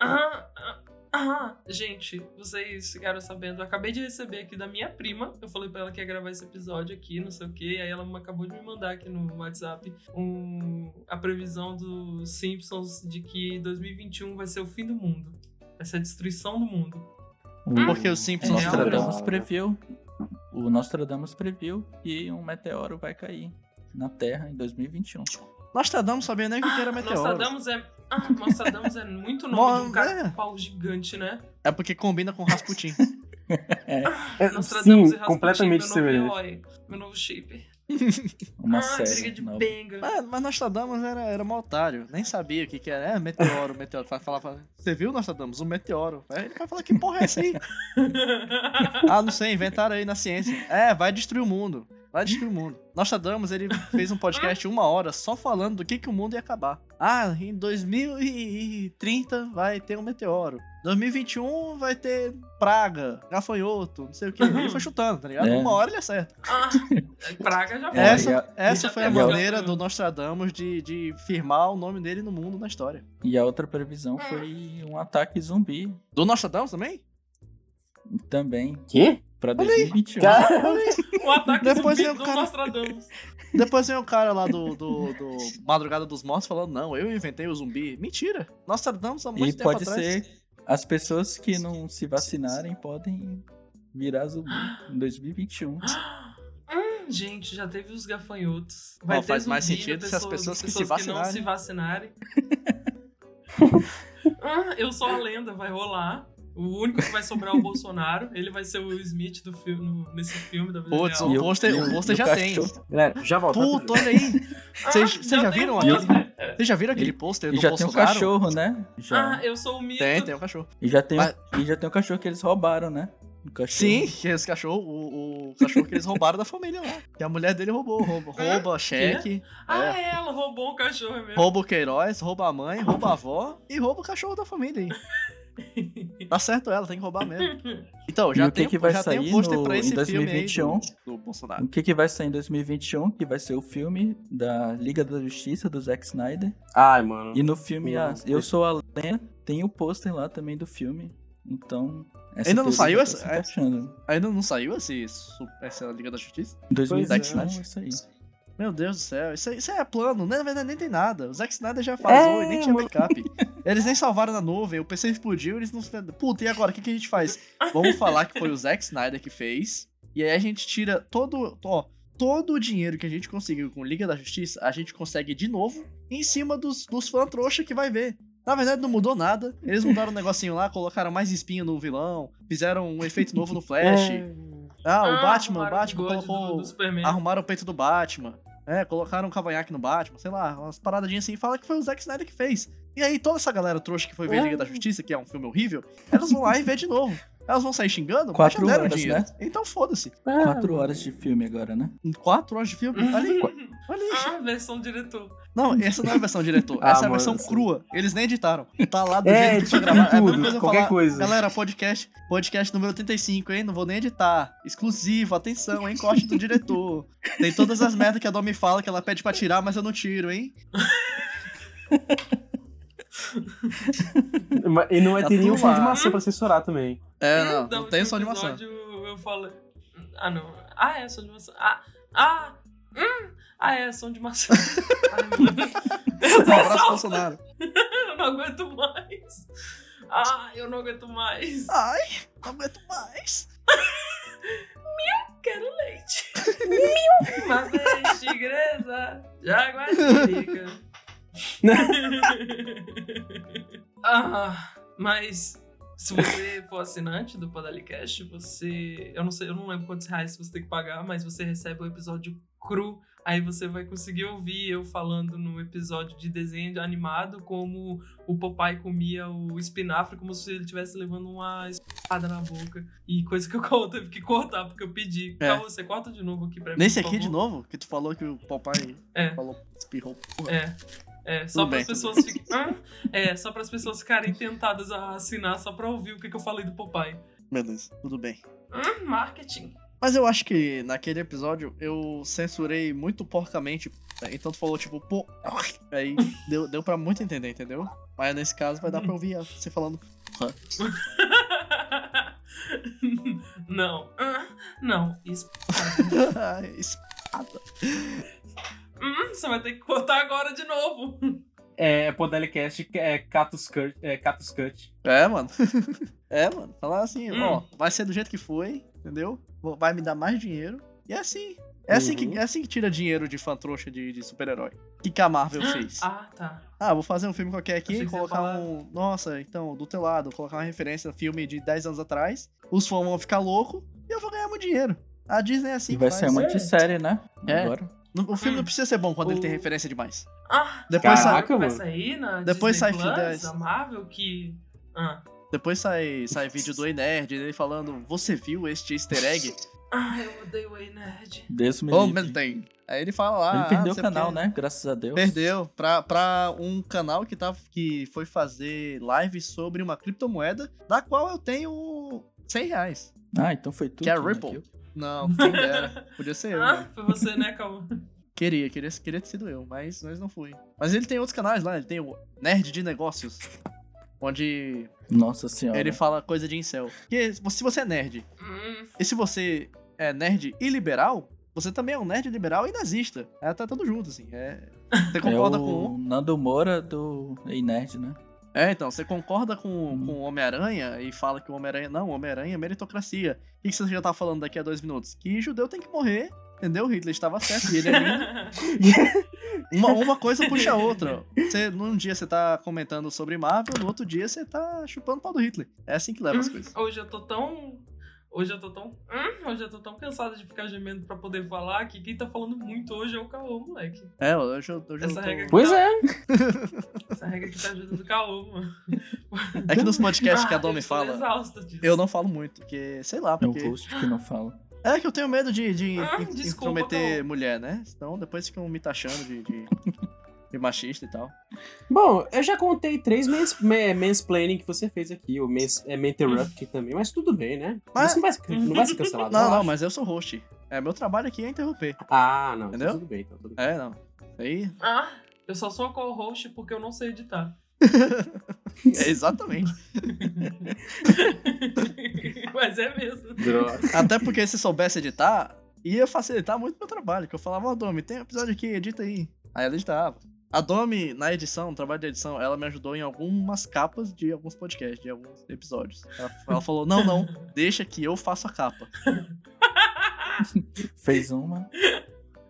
ah, ah, ah. Gente, vocês ficaram sabendo, eu acabei de receber aqui da minha prima. Eu falei pra ela que ia gravar esse episódio aqui, não sei o que. Aí ela me- acabou de me mandar aqui no WhatsApp um- a previsão dos Simpsons de que 2021 vai ser o fim do mundo. Vai ser a destruição do mundo.
Porque os
O
Simpsons
É,
tratam.
Nostradamus previu. O Nostradamus previu que um meteoro vai cair na Terra em 2021.
Nostradamus sabia nem o que era meteoro.
Nostradamus é. Ah, Nostradamus
(laughs)
é muito nome de um
Bom,
cara
é.
com pau gigante, né?
É porque combina com Rasputin.
É,
Nostradamus
sim,
e Rasputin,
completamente
meu é novo
semelhante.
herói, meu novo chip.
Uma
ah,
série.
briga de
nova.
benga.
Mas, É, mas Nostradamus era, era um otário. Nem sabia o que, que era. É, meteoro, meteoro. Vai falar, fala, você viu, Nostradamus? Um meteoro. Aí ele vai falar, que porra é essa aí? Ah, não sei, inventaram aí na ciência. É, vai destruir o mundo. Vai destruir o mundo. Nostradamus, ele fez um podcast uma hora só falando do que, que o mundo ia acabar. Ah, em 2030 vai ter um meteoro. 2021 vai ter praga, gafanhoto, não sei o que. Ele foi chutando, tá ligado?
É.
Uma hora ele acerta.
(laughs) ah, praga já foi.
É,
Essa,
e a-
essa
e a-
foi a
e a-
maneira do Nostradamus de, de firmar o nome dele no mundo, na história.
E a outra previsão foi um ataque zumbi
Do Nostradamus também?
também
Quê?
pra 2021.
Caramba.
O ataque
Depois
zumbi
eu-
do
cara-
Nostradamus.
Depois vem o cara lá do, do, do Madrugada dos Mortos falando, não, eu inventei o zumbi. Mentira! Nós tratamos há
um
muito
E
tempo
pode
atrás.
ser as pessoas que não se vacinarem podem virar zumbi
(gasps)
em 2021.
Hum, gente, já teve os gafanhotos. Vai
Ó,
ter
faz mais
zumbi,
sentido se as pessoas que se
não se vacinarem.
(laughs)
Ah, eu sou a lenda, vai rolar. O único que vai sobrar é o Bolsonaro. Ele vai ser o Will Smith do filme, no- nesse filme da vida
Putz,
real.
O
E
pôster- o pôster
e
já tem.
cachorro-
Galera, já volta.
Puta, olha aí!
Ah,
Vocês vocês já,
tem
viram
o
aquele-
pôster.
Vocês já viram aquele
E-
pôster
E
do
já tem um
Bolsonaro?
cachorro, né? Já.
Ah, eu sou o mito.
Tem, tem um cachorro.
E já tem,
Mas-
e já tem o cachorro que eles roubaram, né? O cachorro.
Sim, que esse cachorro, o, o cachorro que eles roubaram da família lá. Que a mulher dele roubou. Rouba, rouba cheque,
Ah, é, ela roubou um cachorro é mesmo.
rouba o Queiroz, rouba a mãe, rouba a avó e rouba o cachorro da família aí. Tá certo ela, tem que roubar mesmo. Então, já
E o que
tem,
que vai
já tem um
sair
pôster
no-
pra
em
esse filme aí
2021?
do, do Bolsonaro.
O que, que vai sair em 2021, que vai ser o filme da Liga da Justiça, do Zack Snyder.
Ai, mano.
E no filme
Não,
a- Eu Sou a Lena, tem o pôster lá também do filme. Então. essa
Ainda não
teoria
saiu
tá
essa-
se
é?
encaixando.
Ainda não saiu esse, su- essa Liga da Justiça?
Em 2021
é.
é isso aí.
Meu Deus do céu, isso, aí- isso aí é plano, né? na verdade nem tem nada. O Zack Snyder já vazou e nem tinha backup. Eles nem salvaram na nuvem, o PC explodiu, eles não. Puta, e agora? O que, que a gente faz? Vamos falar que foi o Zack Snyder que fez, e aí a gente tira todo. Ó, todo o dinheiro que a gente conseguiu com Liga da Justiça, a gente consegue de novo em cima dos, dos fã trouxa que vai ver. Na verdade, não mudou nada. Eles mudaram um negocinho lá, colocaram mais espinho no vilão, fizeram um efeito novo no Flash. Ah, o Batman, o
arrumaram
Batman
bigode
colocou.
Do, do Superman.
Arrumaram o peito do Batman. É, colocaram um cavanhaque no Batman, sei lá, umas paradinhas assim. Fala que foi o Zack Snyder que fez. E aí, toda essa galera trouxa que foi ver Liga da Justiça, que é um filme horrível, elas vão lá e vê de novo. Elas vão sair xingando? mas
Quatro
já deram
horas,
dinheiro.
né?
Então foda-se.
Quatro horas de filme agora, né?
Em Quatro horas de filme? Olha aí, olha aí.
Ah, versão diretor.
Não, essa não é a versão
(laughs)
diretor.
Ah,
essa é a
mano,
versão
sim.
crua. Eles nem editaram. Tá lá do
É,
jeito que foi
tipo, tem
gravado. É a mesma
tudo,
coisa eu
qualquer
falar,
coisa.
Galera, podcast, podcast número 85, hein? Não vou nem editar. Exclusivo, atenção, hein? Corte do diretor. Tem todas as merdas que a Dom me fala que ela pede pra tirar, mas eu não tiro, hein?
Ma- E não vai
Tá
ter nenhum
tudo
filme de
lá.
maçã pra censurar também.
É, não,
Da
não tem som de
última
maçã.
Então, episódio, Eu falei. Ah, não. Ah, é som de maçã. Ah, ah, hum. Ah, é som de maçã.
(laughs)
Ai, meu Deus. é
Um abraço, Bolsonaro.
eu não aguento mais. Ah, eu não aguento mais.
Ai, não aguento mais.
Quero
(laughs)
leite. Mil. Maçã é tigresa. Jaguatirica. (laughs) ah, mas... Se você for assinante do Podalicast, você. Eu não sei, eu não lembro quantos reais você tem que pagar, mas você recebe o episódio cru. Aí você vai conseguir ouvir eu falando no episódio de desenho animado como o Popeye comia o espinafre como se ele estivesse levando uma espada na boca. E coisa que eu co- teve que cortar, porque eu pedi.
É.
Então você corta de novo aqui pra mim.
Nesse
por
aqui, de
favor.
novo, que tu falou que o papai
É.
falou, espirrou. Porra.
É. É, só
Tudo
para as
bem,
pessoas fiquem. Hã? É, só para as pessoas ficarem tentadas a assinar só pra ouvir o que, que eu falei do Popeye.
Beleza, tudo bem.
Hum, marketing. (laughs)
Mas eu acho que naquele episódio eu censurei muito porcamente. né? Então tu falou tipo, pô. (laughs) Aí deu, deu pra muito entender, entendeu? Mas nesse caso vai dar pra ouvir você falando. (laughs)
Não. Ah, Não. Isso.
Espada.
Hum, você vai ter que cortar agora de novo.
É, Podelicast é Catus Cut. É, Catus Cut.
É, mano. (laughs) É, mano. Falar assim,
Hum.
ó, vai ser do jeito que foi, entendeu? Vou- Vai me dar mais dinheiro. E é assim. É assim,
Uhum.
que, é assim que tira dinheiro de fã trouxa de, de super-herói. O que, que a Marvel fez?
Ah, tá.
Ah, vou fazer um filme qualquer
Achei
aqui,
que você ia
colocar
falar-
um. Nossa, então, do teu lado, colocar uma referência a filme de 10 anos atrás. Os fãs vão ficar loucos e eu vou ganhar muito dinheiro. A Disney é assim.
E
que
vai
faz.
sair um monte de série, né?
É.
Agora.
Não- O filme
Hum.
não precisa ser bom quando ele tem
O-
referência demais.
Ah,
Depois,
Caraca,
sai,
agora que vai
mano.
sair na
Depois
Disney
sai
Plus,
Fidesz.
da Marvel que. Ah.
depois sai,
(laughs)
sai vídeo do Ei Nerd ele falando: Você viu este easter egg?
ah, eu odeio o Nerd.
Deus me
Ou
livre.
tem. Aí ele fala lá.
Ele
ah,
perdeu
não sei
o canal,
porque-
né? Graças a Deus.
Perdeu pra, pra um canal que, tá, que foi fazer live sobre uma criptomoeda, da qual eu tenho 100 reais.
Ah, então foi tudo.
Que é
né,
Ripple.
que
Não, quem dera.
(laughs)
Podia ser eu, né?
Ah, foi você, né, Calma?
Queria, queria, queria ter sido eu, mas nós não fui. Mas ele tem outros canais lá, ele tem o Nerd de Negócios, onde
eu- Nossa senhora.
ele fala coisa de incel. Porque se você é nerd,
(laughs) Hum,
e se você é nerd e liberal, você também é um nerd liberal e nazista. É, tá tudo junto, assim. É, você concorda
(laughs) é o
com um.
Nando Moura do Ei Nerd, né?
É, então, você concorda com,
Hum.
com o Homem-Aranha e fala que o Homem-Aranha. Não, o Homem-Aranha é meritocracia. O que que você já tá falando daqui a dois minutos? Que judeu tem que morrer, entendeu? Hitler estava certo e ele é lindo. Uma, uma coisa puxa a outra. Você, num dia você tá comentando sobre Marvel, no outro dia você tá chupando o pau do Hitler. É assim que leva as coisas.
Hoje eu tô tão. Hoje eu tô tão. Hum, hoje eu tô tão cansada de ficar gemendo pra poder falar que quem tá falando muito hoje é o Caô, moleque.
É, hoje eu, hoje eu
Essa
tô...
regra
Pois é.
Essa regra que tá ajudando o Caô, mano.
É que nos podcasts que a
Ah, (laughs) eu
Domi
estou
fala,
exausta disso.
eu não falo muito, porque, sei lá,
É um
porque...
host que não fala.
É que eu tenho medo de, de
Ah,
in-
desculpa,
intrometer
Paulo.
mulher, né? Senão depois ficam me taxando de,
(laughs)
de, de machista e tal.
Bom, eu já contei três mans, ma- mansplaining que você fez aqui, o mans, é, interrupt também, mas tudo bem, né?
Mas-
Você não vai, ser- não vai ser
Ah,
cancelado.
(laughs) Não, não,
relaxa.
mas eu sou host. É, meu trabalho aqui é interromper.
Ah, não, então
Entendeu?
tudo bem, então tudo bem.
É, não. Aí,
Ah, eu só sou a co-host porque eu não sei editar. (laughs)
(laughs)
é exatamente.
Mas é mesmo.
Droga.
Até porque se soubesse editar, ia facilitar muito meu trabalho. Que eu falava, ó, Domi, tem um episódio aqui, edita aí. Aí ela editava. A Domi, na edição, no trabalho de edição, ela me ajudou em algumas capas de alguns podcasts, de alguns episódios. Ela, ela falou, não, não, deixa que eu faço a capa.
Fez uma.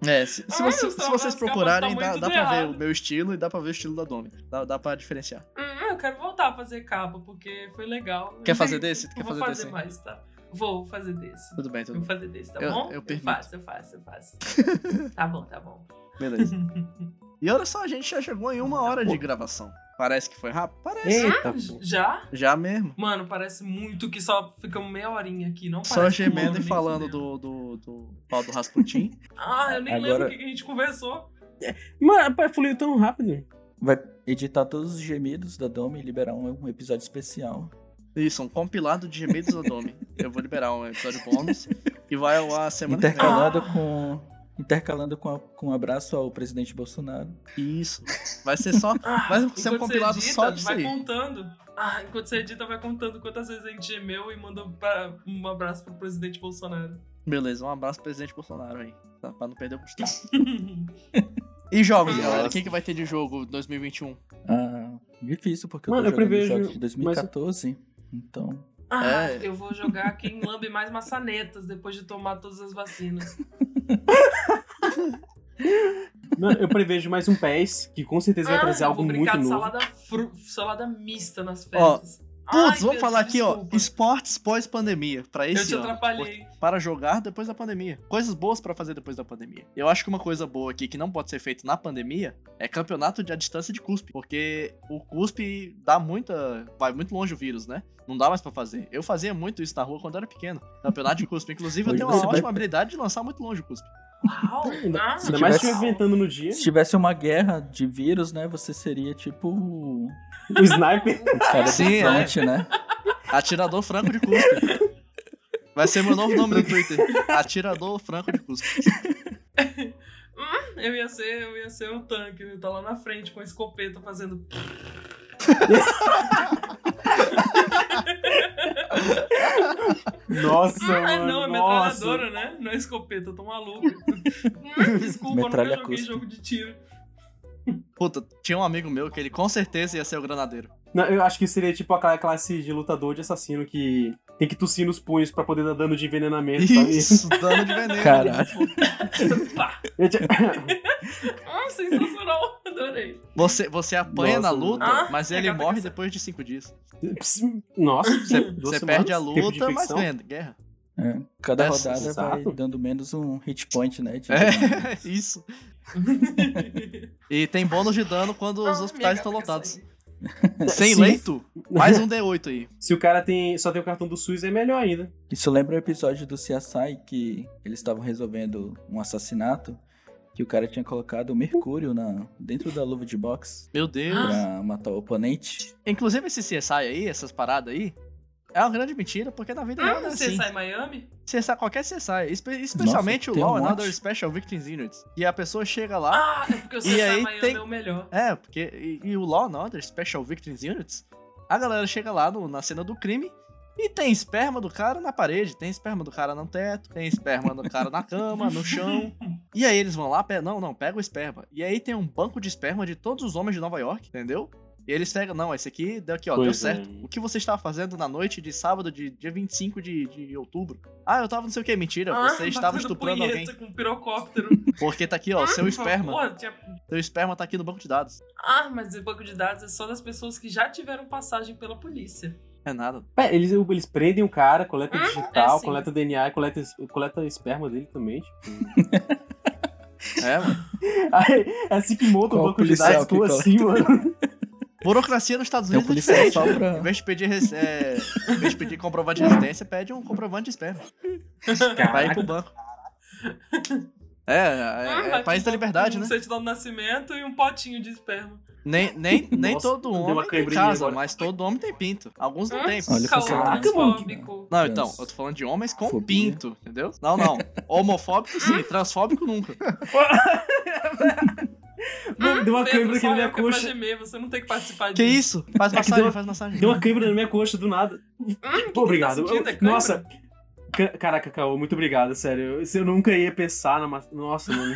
É, se, se
Ah,
você-
eu
se
tava-
vocês
as capas
procurarem,
tá
dá,
muito
dá pra ver
errado.
o meu estilo e dá pra ver o estilo da Domi. Dá, dá pra diferenciar.
Hum, eu quero voltar a fazer capa porque foi legal.
Quer fazer
(laughs)
desse? Tu quer
Eu vou
fazer
fazer
desse?
mais, tá? Vou fazer desse.
Tudo bem, tudo
Vou
bem.
fazer desse, tá
Eu-
bom?
eu permito.
faço, eu faço, eu faço. (laughs) tá bom, tá bom. (laughs)
Beleza. E olha só, a gente já chegou em uma hora de gravação. Parece que foi rápido? Parece.
Ah?
Eita, pô.
Já?
Já mesmo.
Mano, parece muito que só ficamos meia horinha aqui, não
Só
parece
gemendo e
nem
falando do,
fudendo.
do, do pau do Rasputin. (laughs)
Ah, eu nem lembro
Agora-
o que que a gente conversou.
Mano, rapaz, fluiu tão rápido.
Vai editar todos os gemidos da Domi e liberar um, um episódio especial.
Isso, um compilado de gemidos do Domi. Eu vou liberar um episódio bônus. E vai ao ar semana que vem.
Intercalado
Ah.
com. Intercalando com, a- com um abraço ao presidente Bolsonaro.
Isso. Vai ser só.
Ah,
Vai ser um
enquanto você
compilado
edita,
só disso
Vai
aí.
contando. Ah, enquanto você edita, vai contando quantas vezes a gente gemeu e mandou pra- um abraço pro presidente Bolsonaro. (laughs)
Beleza, um abraço pro presidente Bolsonaro aí. Tá, pra não perder o costume. E jogos, galera. O que, que vai ter de jogo 2021?
Ah, difícil, porque
Mano,
eu
eu
tô jogando
prevejo-
jogos de
mas-
2014. Então.
Ah,
É.
eu vou jogar quem lambe mais maçanetas depois de tomar todas as vacinas.
Mano, eu prevejo mais um PES, que com certeza vai
Ah,
trazer
eu
algo
vou brincar
muito
de
novo.
salada, fru- salada mista nas
Ó,
festas. Ai,
Putz, vamos
Pedro,
falar aqui, ó.
desculpa.
Esportes pós-pandemia. Pra esse
Eu te
ano.
atrapalhei.
Para jogar depois da pandemia. Coisas boas pra fazer depois da pandemia. Eu acho que uma coisa boa aqui que não pode ser feita na pandemia é campeonato de à distância de cuspe. Porque o cuspe dá muita. Vai muito longe o vírus, né? Não dá mais pra fazer. Eu fazia muito isso na rua quando eu era pequeno. Campeonato de cuspe. Inclusive, eu
Hoje
tenho
você
uma
vai-
ótima habilidade de lançar muito longe o cuspe.
Uau, ah,
Ainda mais se
tivesse-
inventando no dia.
Se tivesse uma guerra de vírus, né? Você seria tipo. o
(laughs)
O sniper.
Cara do
Sim, é.
front, né?
Atirador Franco de Cuspe. Vai ser meu novo nome no Twitter. Atirador Franco de Cuspe.
Eu ia ser, eu ia ser o tanque, eu ia estar lá na frente com a escopeta fazendo. (laughs)
Nossa,
Ah,
mano.
não, é
nossa.
metralhadora, né? Não é escopeta, eu tô (laughs) maluco. Hum, Desculpa, eu nunca
Metralha
joguei
cuspe.
jogo de tiro. (laughs)
Puta, tinha um amigo meu que ele com certeza ia ser o granadeiro.
Não, eu acho que seria tipo aquela classe de lutador de assassino que tem que tossir nos punhos pra poder dar dano de envenenamento, sabe?
Isso, dano de veneno.
Caralho.
Pá.
(laughs) Eu (laughs) te-
Ah, sensacional, (laughs) adorei.
Você, você apanha
Nossa,
na luta,
mano.
mas
Ah,
ele
caraca,
morre
essa-
depois de cinco dias.
Nossa, é
Você,
duas
você
semanas,
perde a
tempo de
luta, mas
infecção.
ganha. Guerra.
É, cada
É,
rodada vai
exato.
dando menos um hit point, né? de-
É, (laughs) isso. E tem bônus de dano quando os
Ah,
hospitais
minha
estão
gata
lotados.
quer sair.
Sem
Se-
leito, mais um D8 aí.
Se o cara tem, só tem o cartão do SUS, é melhor ainda.
Isso lembra o episódio do CSI que eles estavam resolvendo um assassinato que o cara tinha colocado o mercúrio na, dentro da luva de boxe
Meu Deus.
Ah.
pra matar o oponente.
Inclusive, esse CSI aí, essas paradas aí, é uma grande mentira, porque na vida real
Ah,
não é
você
assim.
sai Miami?
CSI, qualquer CSI, espe- especialmente
tem
o Law
um
and Order
monte.
Special Victims Units. E a pessoa chega lá,
Ah, é porque o
E
CSI
aí
Miami
tem-
é o melhor.
É, porque. E, e o Law and Order, Special Victims Units, a galera chega lá no- na cena do crime e tem esperma do cara na parede, tem esperma do cara no teto, tem esperma do cara na cama, no chão. E aí eles vão lá, pe- não, não, pega o esperma. E aí tem um banco de esperma de todos os homens de Nova York, entendeu? E eles pegam, não, esse aqui deu aqui, ó, deu
Pois é.
certo. O que você estava fazendo na noite de sábado, de dia 25 de, de outubro? Ah, eu tava não sei o que, mentira,
Ah,
você estava
batendo
estuprando
punheta
alguém.
com pirocóptero.
Porque tá aqui, ó, seu
Ah,
esperma.
Pô, tinha
Seu esperma tá aqui no banco de dados.
Ah, mas o banco de dados é só das pessoas que já tiveram passagem pela polícia.
É nada.
É, eles, eles prendem o cara, coleta
Hum,
digital,
é assim.
coleta DNA, coleta, coleta esperma dele também. tipo.
É, mano.
Aí, é assim que monta o
Qual
banco de
policial
dados,
que tá
como
coleta?
assim, mano?
Burocracia nos Estados
Tem um
Unidos é
policial
diferente.
só
Em
pra.
vez de pedir, res- é, em vez de pedir comprovante de residência, pede um comprovante de esperma. Vai pro banco. É, é, é
Ah, vai
país
com
da liberdade,
um
né?
certidão de nascimento e um potinho de esperma.
Nem, nem, nem
Nossa,
todo
deu uma
homem tem
cãibrinha
casa,
agora.
mas todo homem tem pinto. Alguns não tem.
Olha pra
Caô
você.
Caraca, mano, que-
transfóbico.
Não, então,
Trans-
eu tô falando de homens com
fobia.
pinto, entendeu? Não, não. Homofóbico sim, transfóbico nunca.
Deu- Deu uma
Pedro,
câimbra aqui
só
na
eu
minha
que é pra
coxa.
gemer, você não tem que participar
Que
disso.
isso? Faz
É que
massagem,
deu-
faz massagem.
(laughs) Deu uma câimbra na minha coxa do nada.
Hum,
Pô, obrigado.
tá sentindo?
Eu-
É câimbra?
nossa. Ca- Caraca, Caô, muito obrigado, sério. Eu, eu nunca ia pensar na. ma- Nossa, mano.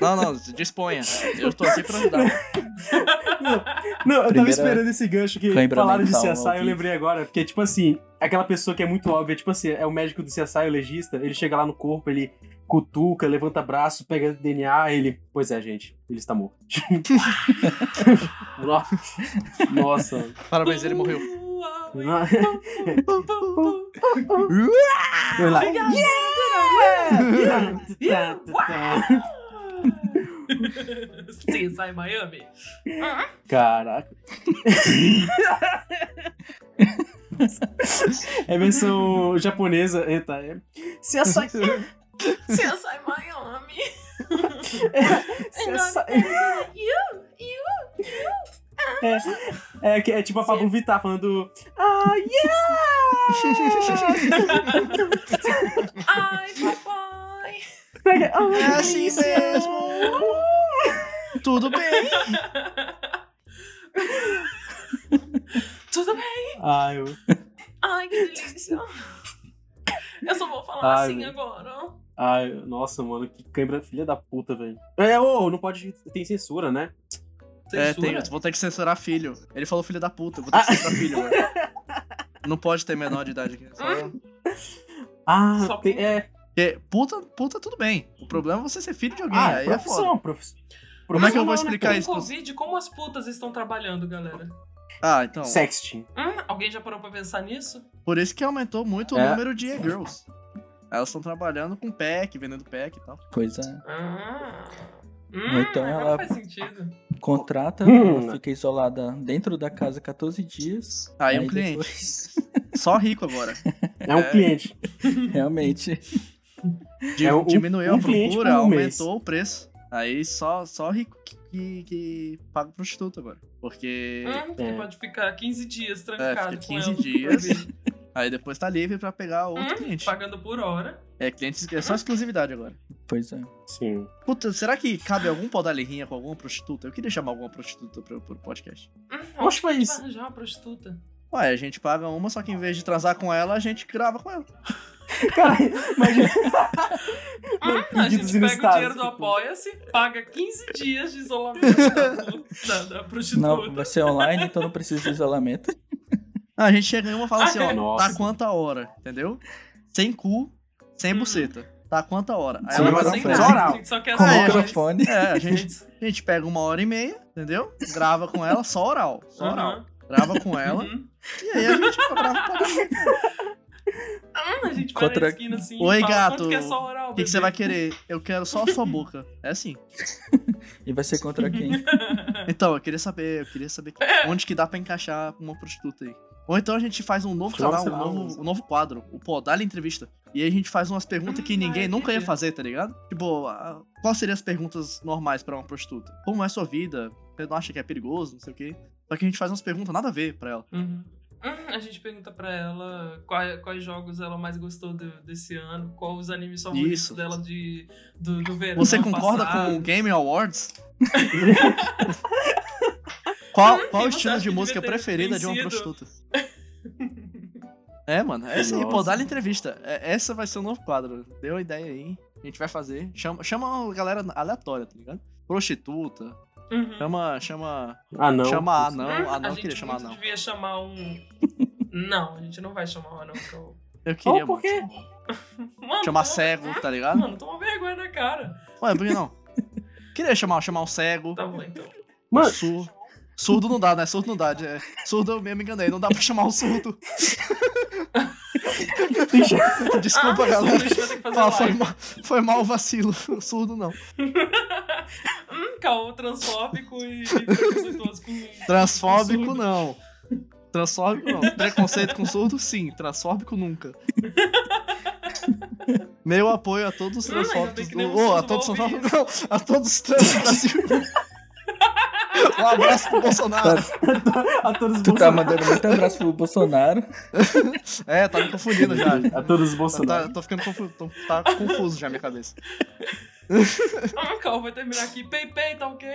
Não, não, disponha. Eu tô aqui pra ajudar.
Não, eu tava
Primeira
esperando esse gancho que
cãibra
falaram de
mental ao
CSI, eu
vivo.
lembrei agora. Porque, tipo assim, aquela pessoa que é muito óbvia, tipo assim, é o médico do CSI, o legista, ele chega lá no corpo, ele cutuca, levanta braço, pega DNA, ele... Pois é, gente, ele
(laughs)
está morto. (laughs) Nossa.
Parabéns, ele morreu.
Uau, uau. (laughs)
Nossa.
Ah,
Eu lá...
Obrigado.
"Yeah!"
Yeah! Sim, sai Miami. Ah,
Caraca. é versão japonesa. Eita, é. Se essa.
Sim, sai Miami.
É
se essa é, é, que- é tipo a Pablo Vittar falando. Ah, yeah!
Ai, papai.
Pega- ah,
É assim
isso.
mesmo. Tudo bem.
Tudo bem.
Ai, eu...
Ai, que delícia. Eu só vou falar
Ai,
assim
meu.
agora.
Ai, nossa, mano, que câimbra filha da puta, velho. É, ô, não pode. Tem censura, né?
É, tem,
Censura?
eu vou ter que censurar filho. Ele falou filho da puta, eu vou ter que censurar filho
(laughs)
agora. Não pode ter menor de idade aqui. só-
Hum? Ah,
Só
tem, é.
Porque puta, puta, tudo bem. O problema é você ser filho de alguém.
Ah,
aí é foda.
profissão, profissão.
Como é que eu vou
Profissional, né,
explicar
Com
isso? pros-
Covid, como as putas estão trabalhando, galera?
Ah, então.
Sexting.
Hum, alguém já parou pra pensar nisso?
Por isso que aumentou muito
É.
o número de girls. Elas estão trabalhando com pack, vendendo pack e tal.
Pois é.
Ah.
Ou então
agora
Hum,
ela-
faz sentido.
Contrata,
Hum.
ela fica isolada dentro da casa 14 dias.
Aí é um cliente.
depois- (laughs)
Só rico agora.
É um
É.
cliente.
realmente.
Di-
(laughs) É, um-
diminuiu
um
a
cliente
procura,
por
aumentou
mês.
o preço. Aí só, só rico que, que, que paga prostituta agora. Porque
Hum, porque
É.
pode ficar 15 dias
é,
trancado
fica
com
15
ela.
dias. Aí depois tá livre pra pegar outro
Hum,
cliente.
Pagando por hora.
É, cliente é só exclusividade agora.
Pois é.
Sim.
Puta, será que cabe algum pau da lirrinha com alguma prostituta? Eu queria chamar alguma prostituta pro, pro podcast.
Hum,
Oxe,
onde
mas-
vai arranjar uma prostituta.
Ué, a gente paga uma, só que em vez de transar com ela, a gente grava com ela.
Cara, imagina.
Hum, a gente
pedidos
pega o
inusitados,
dinheiro do
tipo.
Apoia-se, paga 15 dias de isolamento da, da- da
Não,
prostituta.
vai ser online, então não precisa de isolamento.
Ah, a gente chega em uma e fala
(laughs)
assim, ó,
Nossa.
tá quanta hora, entendeu? Sem cu, sem
Uhum.
buceta. Tá quanta hora? Aí
Sim,
ela vai
mas não
dar um
Sem
frente.
nada,
Oral.
a gente só quer
Com
Ah,
o
é,
saber.
microfone.
É, a gente, a gente pega uma hora e meia, entendeu? Grava com ela, só oral. Só oral.
Aham.
Grava com ela
Uhum.
e aí a gente grava com
(laughs)
ela.
Hum, a gente vai
Contra-
na esquina assim.
Oi,
e fala,
gato.
Quanto que é só oral,
O que, que você vai querer? Eu quero só a sua boca. É assim.
E vai ser
(laughs)
contra quem?
Então, eu queria saber, eu querer saber onde que dá pra encaixar uma prostituta aí. Ou então a gente faz um novo
Claro,
canal,
sei lá,
um novo,
um-
um novo quadro, o Podalha Entrevista. E aí a gente faz umas perguntas que
Hum,
ninguém
ai,
nunca ia
entendi.
fazer, tá ligado? Tipo, a- quais seriam as perguntas normais pra uma prostituta? Como é a sua vida? Você não acha que é perigoso? Não sei o quê. Só que a gente faz umas perguntas nada a ver pra ela.
Uhum. Hum, a gente pergunta pra ela quais, quais jogos ela mais gostou do- desse ano, qual os animes favoritos
Isso.
dela de, do, do (laughs) verão.
Você concorda
passado.
com o Game
(laughs)
Awards? qual
Hum,
qual o
você
estilo
acha
de
que
música
devia ter
preferida de uma
vencido?
prostituta?
(laughs)
É, mano, é isso aí,
Nossa.
pô, dá-lhe entrevista. É, essa vai ser o novo quadro. Deu a ideia aí, a gente vai fazer. Chama, chama uma galera aleatória, tá ligado? Prostituta,
Uhum.
chama, chama,
Ah, não.
chama
(laughs) não.
anão,
Hum,
anão,
a
eu
gente
ah, queria chamar
muito
anão.
devia chamar um. Não, a gente não vai chamar um anão. que eu-
Eu
Ou
queria muito.
por quê?
Mano,
chamar
toma-
cego, tá ligado?
Mano, toma vergonha na cara.
Ué, por que não? Queria chamar, chamar um cego,
Tá bom, então.
um
Mano,
surdo. Surdo não dá, né? Surdo não dá. é. Surdo eu me enganei, não dá pra chamar um surdo.
(laughs)
Desculpa,
ah,
galera.
A gente vai ter que fazer
Ah, foi,
live.
mal, foi mal o vacilo, surdo não.
Hum, caô transfóbico e e preconceituoso com.
Transfóbico
Surdo.
não. Transfóbico não. Preconceito com surdo, sim. Transfóbico nunca. Meu apoio a todos os
Hum, ainda bem
transfóbicos
que
do.
nenhum
Ô, a
surdo
todos os
vai ouvir
transfóbicos. Não, (laughs) a todos os trans do
(laughs)
Brasil. Um abraço pro Bolsonaro.
a todos os
Tu tá
Bolsonaro.
mandando muito abraço pro Bolsonaro.
É, tá me confundindo já.
(laughs) A todos os
Tá- Tá,
Bolsonaro.
tô ficando confuso. Tô, (laughs) tá confuso já a minha cabeça.
Ah, calma, vai terminar aqui. Pei, pei, tá ok?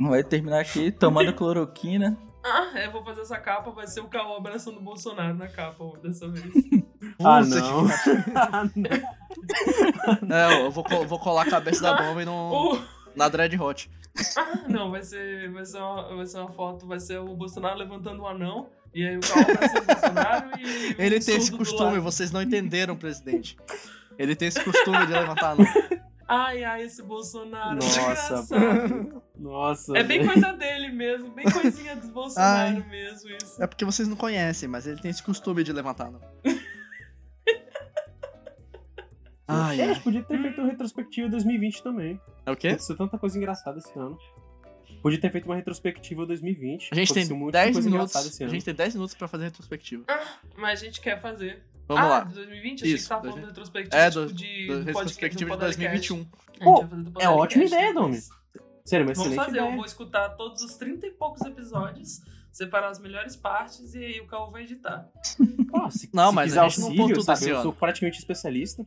Vai terminar aqui tomando cloroquina.
Ah, é, vou fazer essa capa, vai ser o caô abraçando o Bolsonaro na capa dessa vez.
(laughs)
Ah,
Puta
não. Ah,
(laughs)
não.
que- É, eu vou, co- vou colar a cabeça da bomba e não.
Ou-
Na Dread Hot.
Uh, Ah, não, vai ser, vai, ser uma, vai ser uma foto, vai ser o Bolsonaro levantando um anão, e aí o caô abraçando o Bolsonaro e...
Ele tem esse
surdo do
costume,
lado.
vocês não entenderam, presidente. Ele tem esse costume de levantar a mão.
Ai, ai, esse Bolsonaro,
Nossa,
desgraçado.
Ah, Nossa.
É bem
velho.
coisa dele mesmo, bem coisinha do Bolsonaro mesmo isso.
É porque vocês não conhecem, mas ele tem esse costume de levantar, (laughs) não. Ai,
É, a
ai.
gente podia ter feito um retrospectivo em 2020 também.
É o quê?
Aconteceu tanta coisa engraçada esse ano. Podia ter feito uma retrospectiva 2020.
A gente tem
aconteceu muita
10
coisa
minutos.
engraçada esse
A
ano.
gente tem 10 minutos pra fazer retrospectiva.
Mas a gente quer fazer.
Vamos
ah,
lá.
de 2020? Achei que
Isso,
você tava
dois
falando
mil-
da retrospectiva
É,
tipo
do-
de, do
Da
podcast,
retrospectiva
do
de
podcast.
2021.
A
tá
gente vai fazer do
é ótima
podcast
ideia,
né?
depois.
Domi. Sério, mas
Vamos
excelente
fazer, um. eu
ideia.
vou escutar todos os 30 e poucos episódios, separar as melhores partes e aí o Caô vai editar.
Ó, se,
Não,
se
mas
quiser
a gente não
auxílio,
pontua
sabe?
esse
Eu
ano.
sou praticamente especialista.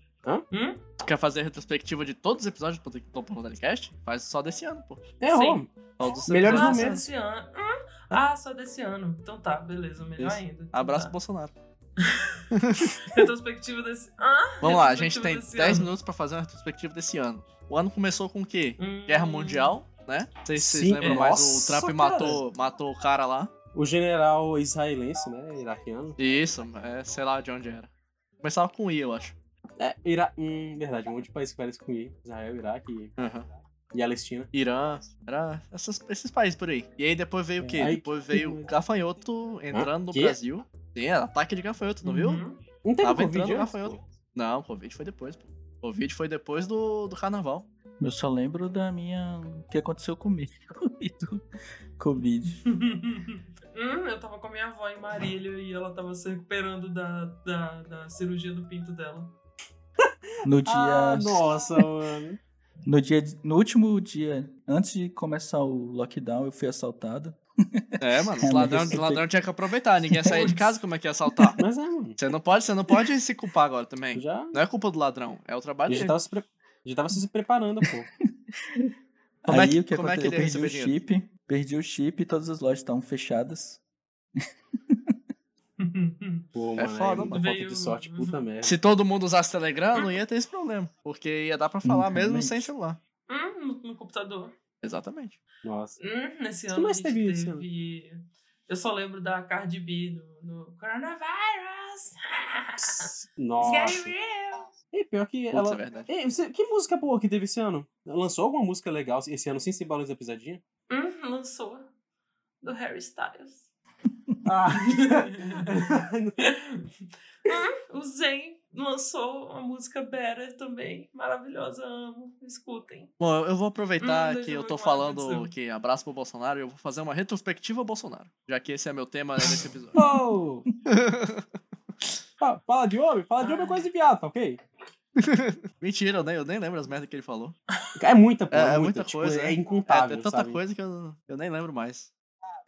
Hum?
Tu quer fazer a retrospectiva de todos os episódios do do podcast? Faz só desse ano, pô.
É,
Sim.
ó,
Todos os
Melhores
ah,
episódios.
só
momentos.
desse ano. Hum? Ah, só desse ano. Então tá, beleza, melhor
Isso.
ainda. Então
Abraço,
tá.
Bolsonaro.
Retrospectiva desse. Ah,
Vamos lá, a gente tem
Retrospectiva desse
10
ano.
minutos pra fazer uma retrospectiva desse ano. O ano começou com o quê? Guerra
hum,
Mundial, né? Não sei se vocês
Sim,
lembram,
é.
mas o
Nossa,
Trump
cara.
matou, matou o cara lá.
o general israelense, né? Iraquiano.
Isso, é, sei lá de onde era. Começava com I, eu acho.
É, Ira... Hum, verdade, um monte de país que parece com I. Israel, Iraque e- e Palestina.
Irã, era essas- esses países por aí. E aí depois veio o quê?
Aí-
depois veio o gafanhoto entrando no
Quê?
Brasil. Sim, era ataque de gafanhoto, não viu?
uhum.
Não teve
Tava
Covid
entrando
antes,
gafanhoto.
pô?
Não, o Covid foi depois, pô. Covid foi depois do, do carnaval.
Eu só lembro da minha. O que aconteceu comigo. (laughs) e do Covid.
Hum, eu tava com a minha avó em Marília e ela tava se recuperando da, da, da cirurgia do pinto dela. (laughs)
No dia.
Ah, (laughs) nossa, mano.
No, dia, no último dia, antes de começar o lockdown, eu fui assaltado.
É, mano,
É,
os
mas
ladrão,
isso
ladrão tinha que aproveitar, ninguém ia sair de casa, como é que ia assaltar?
Mas é, mano.
Você não pode, você não pode se culpar agora
eu
também.
Já,
Não é culpa do ladrão, é o trabalho
eu já
dele.
tava se, pre... já tava se preparando, pô.
Como é
Aí
que-
o que
como é que ele ia
aconteceu? eu perdi o
receber dinheiro?
chip, perdi o chip e todas as lojas estavam fechadas.
Hum,
Pô, mano,
É foda,
muita
mano.
falta
Veio-
de sorte, puta merda.
Se todo mundo usasse Telegram, não ia ter esse problema. Porque ia dar pra falar mesmo
Exatamente.
sem celular.
Hum, no, no computador.
Exatamente.
Nossa.
Hum, nesse
O que
ano
mais
a gente
teve né?
teve.
esse
Eu só lembro da Cardi B no, no Coronavirus. It's
Nossa.
getting real.
E pior que
Putz, é
ela.
verdade.
Ei, você- que música boa que teve esse ano? Lançou alguma música legal esse ano sem ser Balões da Pisadinha?
Hum, lançou. Do Harry Styles.
Ah. (laughs)
Zen lançou a música Better também. Maravilhosa, amo. Escutem.
Bom, eu- eu vou aproveitar
Hum,
que eu
deixa eu ver
tô
o que
falando
aconteceu.
que abraço pro Bolsonaro e eu vou fazer uma retrospectiva ao Bolsonaro. Já que esse é meu tema nesse episódio.
oh! Fa- Fala de homem? Fala de homem é coisa de viado, tá ok?
Mentira, eu nem, eu nem lembro as merdas que ele falou.
É muita, pô,
É,
é,
é
muita,
muita
tipo,
coisa,
É,
é. É,
incontável,
tem tanta
sabe?
coisa que eu, eu nem lembro mais.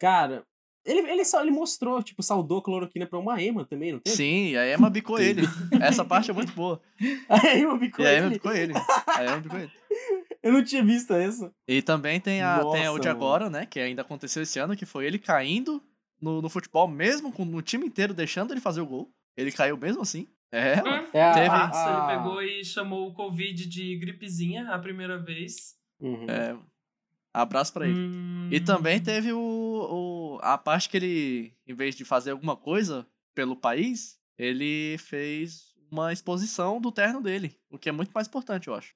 Cara, ele, ele, só, ele mostrou, tipo, saudou cloroquina pra uma Ema também, não tem?
Sim, e a Emma bicou ele. Essa parte é muito boa.
(laughs) A Ema bicou
E a Emma
ele.
bicou ele. A Emma bicou ele.
Eu não tinha visto essa.
E também tem, a, tem a o de
Nossa, mano.
agora, né? Que ainda aconteceu esse ano, que foi ele caindo no, no futebol, mesmo com o time inteiro deixando ele fazer o gol. Ele caiu mesmo assim. É, mano.
Hum,
É a-
Teve.
a-
Março,
a-
ele pegou e chamou o Covid de gripezinha a primeira vez.
Uhum.
É, mano. Abraço pra ele.
Hum.
E também teve o, o- a parte que ele, em vez de fazer alguma coisa pelo país, ele fez uma exposição do terno dele, o que é muito mais importante, eu acho.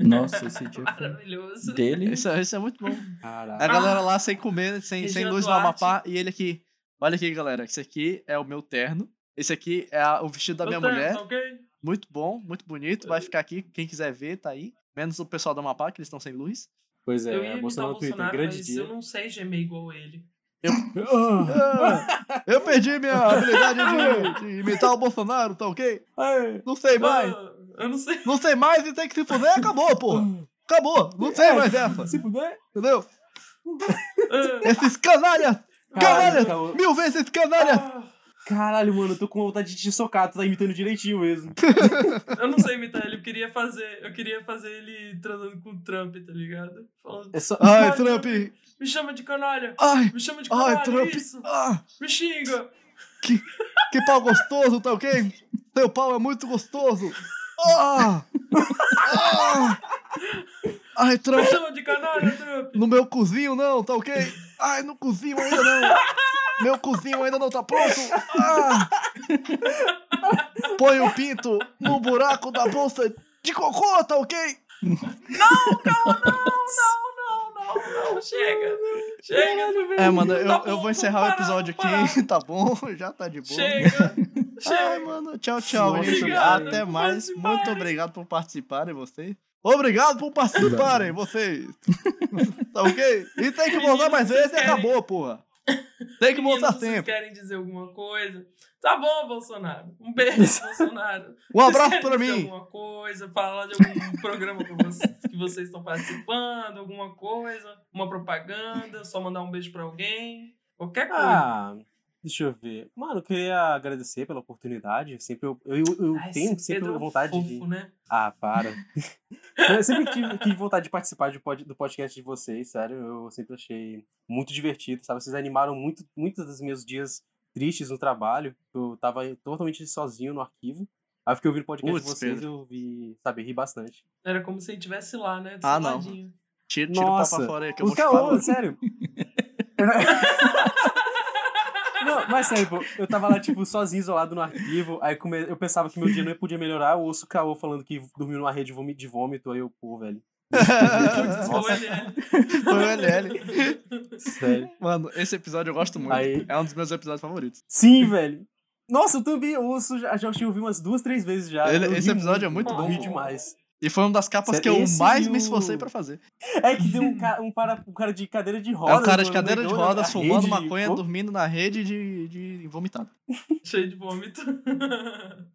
Nossa, esse
Tipo,
dia foi
Maravilhoso.
dele.
Isso, é- isso é muito bom. A
Caralho.
galera lá sem comer, sem, sem
Regina
luz no
Duarte.
Amapá, e ele aqui. Olha aqui, galera, esse aqui é o meu terno, esse aqui é a- o vestido da
Eu
minha
tenho,
mulher,
tá ok?
muito bom, muito bonito, vai ficar aqui, quem quiser ver, tá aí. Menos o pessoal do Amapá, que eles estão sem luz.
Pois
eu
é,
ia imitar
Bolsonaro
o
no Twitter,
Bolsonaro,
grande
mas
dia.
eu não sei gemer igual ele.
(laughs) Ah,
Ah, eu perdi minha habilidade de, de imitar o Bolsonaro, tá ok?
ai.
Não sei mais.
Ah, eu não sei.
Não sei mais e tem que se fuder, acabou, pô. Acabou. Não tem mais dessa.
Se puder.
Entendeu?
Ah,
Esses canalhas,
Caralho,
canalhas,
Caô.
mil vezes esses canalhas.
ah,
Caralho, mano, eu tô com vontade de te socar, tu tá imitando direitinho mesmo.
eu não sei imitar ele. Eu queria fazer, eu queria fazer ele transando com o Trump, tá ligado? Falando,
É só.
Ai, Trump.
me chama de canalha,
Ai,
me chama de
ai,
canalha,
Trump.
isso,
Ah,
me xinga.
que pau gostoso, tá ok? Teu pau é muito gostoso. Ah! Ah! Ai,
Me
Trump,
chama de canalha, Trump.
no meu cozinho não, tá ok? Ai, no cozinho ainda não. Meu cozinho ainda não tá pronto. Ah! Põe o pinto no buraco da bolsa de cocô, tá ok?
Não, não, não, chega. Chega,
É, mano, eu,
Tá bom,
eu vou
vamos
encerrar o
parar,
episódio
vamos parar.
aqui, tá bom? Já tá de boa.
chega.
Ai, (laughs)
Chega.
mano, tchau, tchau,
Nossa,
gente.
obrigado
Até
por
mais.
participarem.
Muito obrigado por participarem, vocês. Obrigado por participarem, vocês. (laughs) tá ok? E tem que voltar mais
Vocês
vezes e
querem-
acabou,
(laughs)
porra. Tem que
Meninos,
voltar
vocês
sempre.
querem dizer alguma coisa? Tá bom, Bolsonaro.
(laughs)
Um beijo, Bolsonaro.
Um abraço
Vocês
pra
querem dizer
mim.
Alguma coisa, falar de algum (laughs) programa que vocês, que vocês estão participando, alguma coisa, uma propaganda, só mandar um beijo pra alguém, qualquer coisa.
Ah, deixa eu ver. Mano, eu queria agradecer pela oportunidade. Sempre eu, eu, eu
Ai,
tenho
esse
sempre
Pedro é um
vontade de.
fofo, né?
Ah, para. (laughs) eu sempre tive, tive vontade de participar de pod- do podcast de vocês, sério. Eu sempre achei muito divertido, sabe? Vocês animaram muito, muitos dos meus dias tristes no trabalho. Eu tava totalmente sozinho no arquivo. Aí eu fiquei ouvindo o podcast de
Putz,
vocês e
Pedro.
eu vi, sabe, ri bastante.
Era como se ele estivesse lá, né? Do
Ah,
seu
não.
ladinho.
(laughs) Tira, tira o pau
Nossa,
pra fora aí, que eu
O
vou te falar.
caô,
(laughs)
Então, sério. Não, mas sério, pô, eu tava lá, tipo, sozinho, isolado no arquivo, aí come- eu pensava que meu dia não podia melhorar, eu ouço o Caô falando que dormiu numa rede vomi- de vômito, aí eu, pô, velho,
(laughs)
Ou ele é-
Foi o LL.
sério.
Mano, esse episódio eu gosto muito.
Aí-
É um dos meus episódios favoritos.
Sim, velho. Nossa, eu também eu ouço, já, já ouvi umas duas, três vezes já.
Ele-
eu ri
esse episódio é muito
eu
bom.
ri demais.
E foi uma das capas
Sério,
que eu
esse
mais
e
me
o-
esforcei pra fazer.
É que tem um cara, um para, um cara de cadeira de
É
rodas.
o cara de
mano,
cadeira de
negão na-
rodas
na
fumando
rede,
maconha,
pô.
dormindo na rede de, de vomitado.
Cheio de vômito.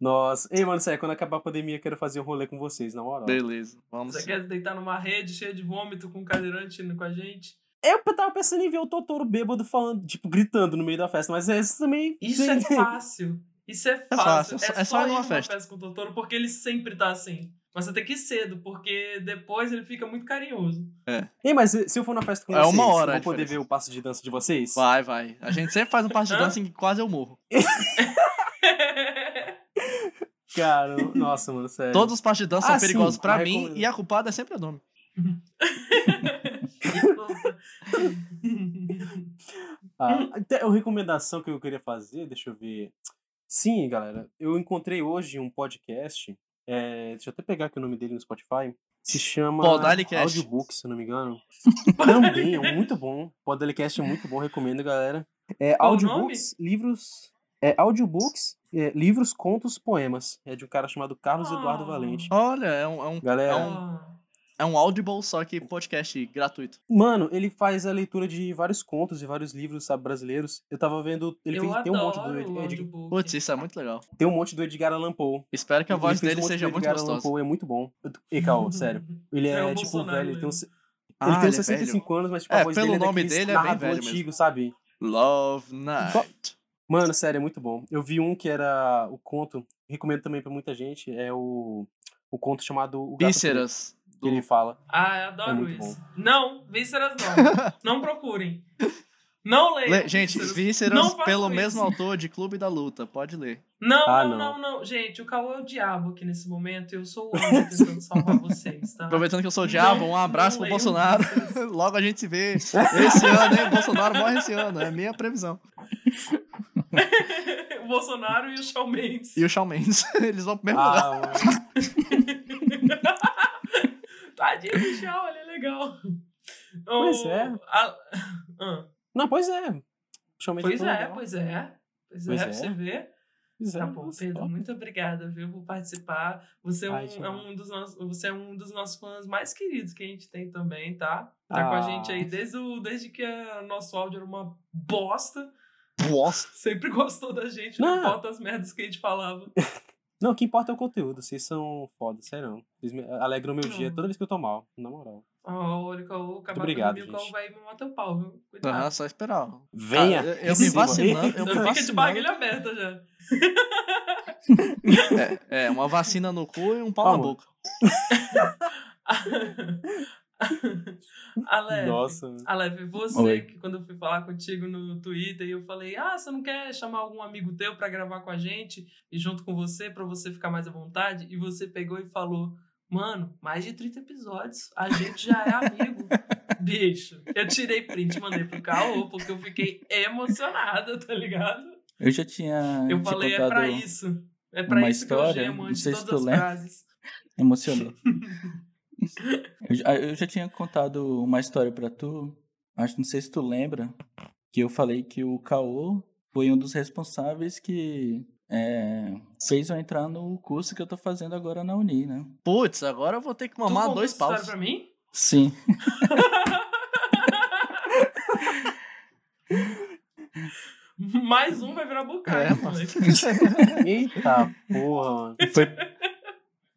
Nossa, ei, mano, sério, quando acabar a pandemia eu quero fazer um rolê com vocês, na moral.
Beleza, vamos.
Você quer deitar numa rede cheia de vômito com um cadeirante indo com a gente?
Eu tava pensando em ver o Totoro bêbado falando, tipo, gritando no meio da festa, mas esse também.
Isso é fácil. Isso é
fácil,
fácil.
é só- é só ir
ir
numa
numa
festa.
com o Totoro, porque ele sempre tá assim. Mas você tem que ir cedo, porque depois ele fica muito carinhoso. (laughs)
Ei, mas se eu for na festa com
É
vocês,
uma hora
eu
a
vou poder ver
diferença.
o passo de dança de vocês?
Vai, vai. A gente sempre faz um parte de
Hã?
dança em que quase eu morro.
Cara, nossa, mano, sério.
Todos os partes de dança
Ah,
são perigosos
sim,
pra
mas
mim
recomendo.
e a culpada é sempre a Domi.
Ah, até uma recomendação que eu queria fazer, deixa eu ver. Sim, galera, eu encontrei hoje um podcast. é, deixa eu até pegar aqui o nome dele no Spotify. Se chama
Podalicast.
Audiobook, se eu não me engano. Também, é
(laughs)
muito bom. Podalicast é muito bom, recomendo, galera. É
Qual o
audiobooks, livros. É audiobooks, é, livros, contos, poemas. É de um cara chamado Carlos Eduardo
Ah.
Valente.
Olha, é um, é um,
Galera,
Ah,
é um Audible, só que podcast gratuito.
Mano, ele faz a leitura de vários contos e vários livros, sabe, brasileiros. Eu tava vendo. Ele
eu
fez,
adoro
tem um monte do
o
Ed- Ed-
audiobook.
Putz, isso é muito legal.
tem um monte do Edgar Allan Poe.
Espero que a
Ele
voz
fez um
dele
monte
seja
do
muito
Edgar Allan
gostosa.
Poe, é muito bom. Eu tô-
(laughs)
E Caô, sério. Ele é,
É o
tipo
Bolsonaro
velho, ele tem,
mesmo.
uns, ele
Ah,
tem uns
ele é
65
velho.
anos, mas tipo, a
É,
voz
pelo
dele é
nome
daqueles
dele é bem
narrador
velho mesmo.
antigo, sabe?
Love Night.
Mano, sério, é muito bom. Eu vi um que era o conto, recomendo também pra muita gente, é o, o conto chamado O Gato Preto,
Vísceras.
que
Do...
ele fala.
Ah, eu
É
adoro
muito
isso. Não, vísceras não. não procurem. Não leiam.
Le- Gente,
Não
Vísceras
façam
pelo
isso.
mesmo autor de Clube da Luta. Pode ler.
Não,
Ah,
não, não,
não.
não. Gente, o Cauã é o diabo aqui nesse momento. Eu sou o anjo tentando salvar vocês,
Ah,
tá?
Aproveitando que eu sou o
Não,
diabo, um abraço
não
pro
leiam
Bolsonaro. (laughs)
Vísceras.
Logo a gente se vê. Esse ano, hein? Bolsonaro morre esse ano. É a minha previsão.
(laughs) o Bolsonaro e o Shawn Mendes.
E o Shawn Mendes, (laughs) eles vão pro mesmo lugar.
Ah, mano.
Tadinho do Shawn, ele é legal.
Pois
O-
é.
a- (laughs) Ah,
Não, pois é. Chama
pois é, pois é. Pois,
Pois
é,
é.
pra você ver.
pois é,
Tá bom, Pedro, muito obrigada, viu, por participar. Você é um,
Ai, gente.
é um dos nossos, você é um dos nossos fãs mais queridos que a gente tem também, tá? Tá com a
Ah.
gente aí desde, o, desde que o nosso áudio era uma bosta.
Nossa.
Sempre (laughs) gostou da gente, não,
Não.
importa as merdas que a gente falava.
Não, o que importa é o conteúdo. Vocês são foda, sério. Vocês me alegram o meu
Não.
dia toda vez que eu tô mal, na moral.
Ah, olha, o Caô, acabar
obrigado,
com o Caô
gente.
vai mamar teu pau, viu? Cuidado.
Ah,
Aham, só esperar.
Venha!
Ah, eu- eu
em
me
cima.
vacinando, eu
Já
me
fica de
vacinando.
barriga aberta
(laughs)
já.
É, é, uma vacina no cu e um pau na
Calma.
boca.
Aleve,
Nossa.
Aleve, você
Oi.
que quando eu fui falar contigo no Twitter e eu falei, ah, você não quer chamar algum amigo teu pra gravar com a gente e junto com você pra você ficar mais à vontade? E você pegou e falou, mano, mais de 30 episódios, a gente já é
(laughs)
amigo. Bicho, eu tirei print e mandei pro Caô porque eu fiquei emocionada, tá ligado?
Eu já tinha
Eu
te
falei, é
contado,
pra isso. É pra
tipo, tá uma
isso que eu
história,
gemo
não
antes de
sei se
todas as
tu lembra.
frases.
emocionou. eu, já- eu já tinha contado uma história pra tu, acho não sei se tu lembra, que eu falei que o Caô foi um dos responsáveis que é, fez eu entrar no curso que eu tô fazendo agora na Uni, né?
Putz, agora eu vou ter que mamar
contou
dois
essa história
paus.
pra mim? (laughs)
Sim.
Mais um vai virar bucai,
É,
moleque. (laughs)
Eita porra, mano.
Foi...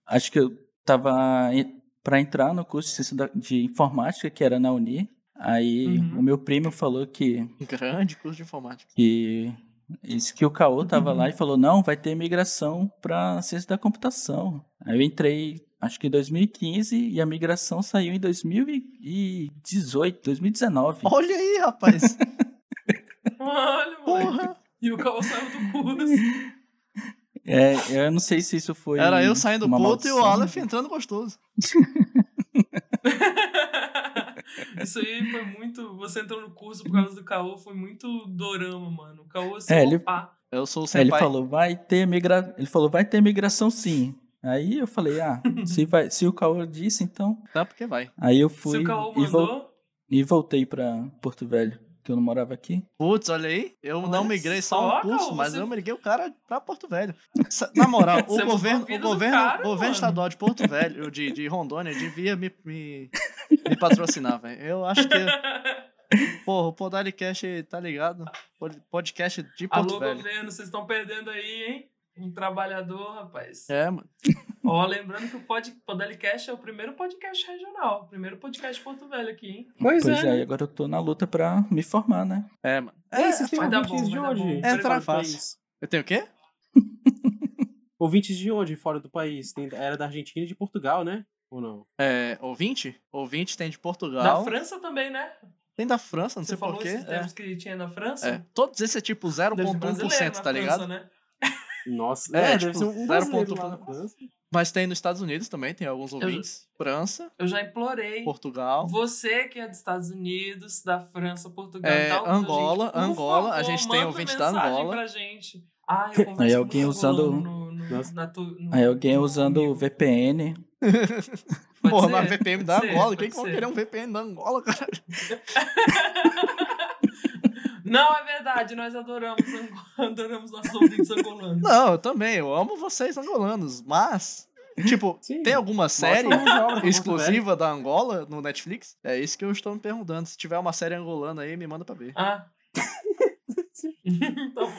Acho que eu tava en- pra entrar no curso de ciência da- de informática, que era na Uni. Aí
Uhum.
o meu primo falou que,
(laughs) Grande curso de informática.
que, isso que o Caô tava
Uhum.
lá e falou: não, vai ter migração pra ciência da computação. Aí eu entrei, acho que em 2015, e a migração saiu em 2018, 2019.
Olha aí, rapaz.
Olha, moleque.
Porra.
E o Cal saiu do curso. (laughs)
É, eu não sei se isso foi.
Era eu saindo do
uma
puto e o
maldição.
Aleph entrando gostoso.
Isso aí foi muito. Você entrou no curso por causa do Caô, foi muito dorama, mano. O Caô assim,
É, ele-
opa.
Eu sou o
Aí
senpai.
ele falou, vai ter migra... ele falou, vai ter migração sim. Aí eu falei, ah, se, vai... se o Caô disse, então.
Tá, porque vai.
Aí eu
Se
fui
o Caô
e, vol-
mandou.
e voltei pra Porto Velho, que eu não morava aqui.
Putz, olha aí. Eu não
Olha
migrei só
só,
um curso,
Cal,
mas
você-
eu migrei o cara pra Porto Velho. Sa- Na moral,
(laughs) Você é
o
mudou a
governo, o
vida do
governo,
cara,
o governo
mano.
estadual de Porto Velho, de, de Rondônia, devia me, me, me patrocinar, velho. Eu acho que, porra, o Podalicast tá ligado? Pod- Podcast de Porto
Alô,
Velho.
governo, vocês estão perdendo aí, hein? Um trabalhador, rapaz.
É, mano.
Ó, lembrando que o pod... Podalicast é o primeiro podcast regional. o Primeiro podcast de Porto Velho aqui, hein?
Pois,
Pois
é.
é, e agora eu tô na luta pra me formar, né?
É, mano.
É, vocês têm
vai dar
ouvintes
bom,
de
vai dar
onde?
bom.
Entra
Fora do
fácil.
país?
Eu tenho o quê?
Ouvintes de onde fora do país? Tem- era da Argentina e de Portugal, né? Ou não?
É, ouvinte? Ouvinte tem de Portugal.
Da França também, né?
Tem da França, não
Você
sei
falou
porquê.
esses tempos que tinha na França?
É, todos esses é tipo
Deve ser brasileiro
0,1%,
na
tá ligado?
França, né?
Nossa,
É,
é,
tipo,
deve ser um
zero
brasileiro
ponto-
lá na França.
Mas tem nos Estados Unidos também, tem alguns
já-
ouvintes. França,
Eu já implorei.
Portugal.
Você que é dos Estados Unidos, da França, Portugal,
É,
e tal,
Angola,
gente, por
Angola,
favor,
a gente tem
manda
ouvinte da
mensagem
Angola.
Pra gente. Ah, eu converso
Aí é
com
alguém
o
usando-
fulano No, no,
Nossa.
na tu- no-
Aí é alguém
no-
usando o
comigo.
VPN.
Pode
Porra,
ser?
mas VPN da
Pode ser,
Angola.
pode
Quem que vai
ser.
querer um VPN da Angola, cara? (laughs)
Não, é verdade, nós adoramos, Angola, (laughs) adoramos nossos ouvintes angolanos.
Não, eu também. Eu amo vocês angolanos. Mas, tipo,
Sim.
tem alguma série
Mostra a mão de obra do Porto
exclusiva da Angola no Netflix? É isso que eu estou me perguntando. Se tiver uma série angolana aí, me manda pra ver.
Ah. (laughs) tá bom.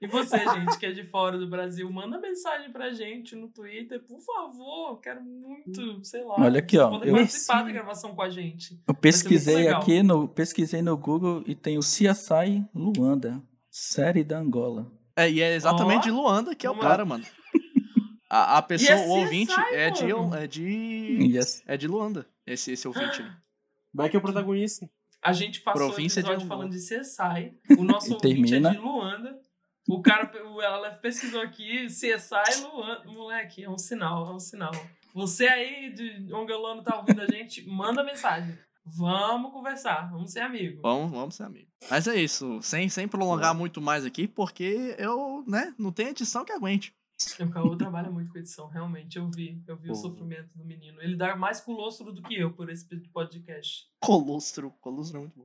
E você, gente, que é de fora do Brasil, manda mensagem pra gente no Twitter, por favor. Quero muito, sei lá.
Olha aqui, ó,
vocês podem
eu-
participar da gravação com a gente.
Eu
ser muito
pesquisei
legal.
aqui, no, pesquisei no Google e tem o CSI Luanda, série da Angola.
É, e é exatamente de Luanda que é o
Uma-
cara, mano.
(laughs)
A, a pessoa,
CSI,
o ouvinte, é de,
mano.
é de.
E essa-
É de Luanda, esse, esse ouvinte
(gasps)
aí.
Vai que é o protagonista.
A gente passou
Província
o
de
episódio
Angola.
falando de CSI.
(laughs)
O nosso
E
ouvinte é
termina.
de Luanda. O cara, o Aleph pesquisou aqui, CSI Luanda. Moleque, é um sinal, é um sinal. Você aí de Angolano tá ouvindo a gente, manda mensagem. Vamos conversar, vamos ser amigo.
Vamos, vamos ser amigos. Mas é isso, sem, sem prolongar muito mais aqui, porque eu, né, não tem edição que aguente.
O Caô trabalha muito com edição, realmente. Eu vi, eu vi o
Porra.
sofrimento do menino. Ele dá mais colostro do que eu por esse podcast.
Colostro, colostro é muito bom.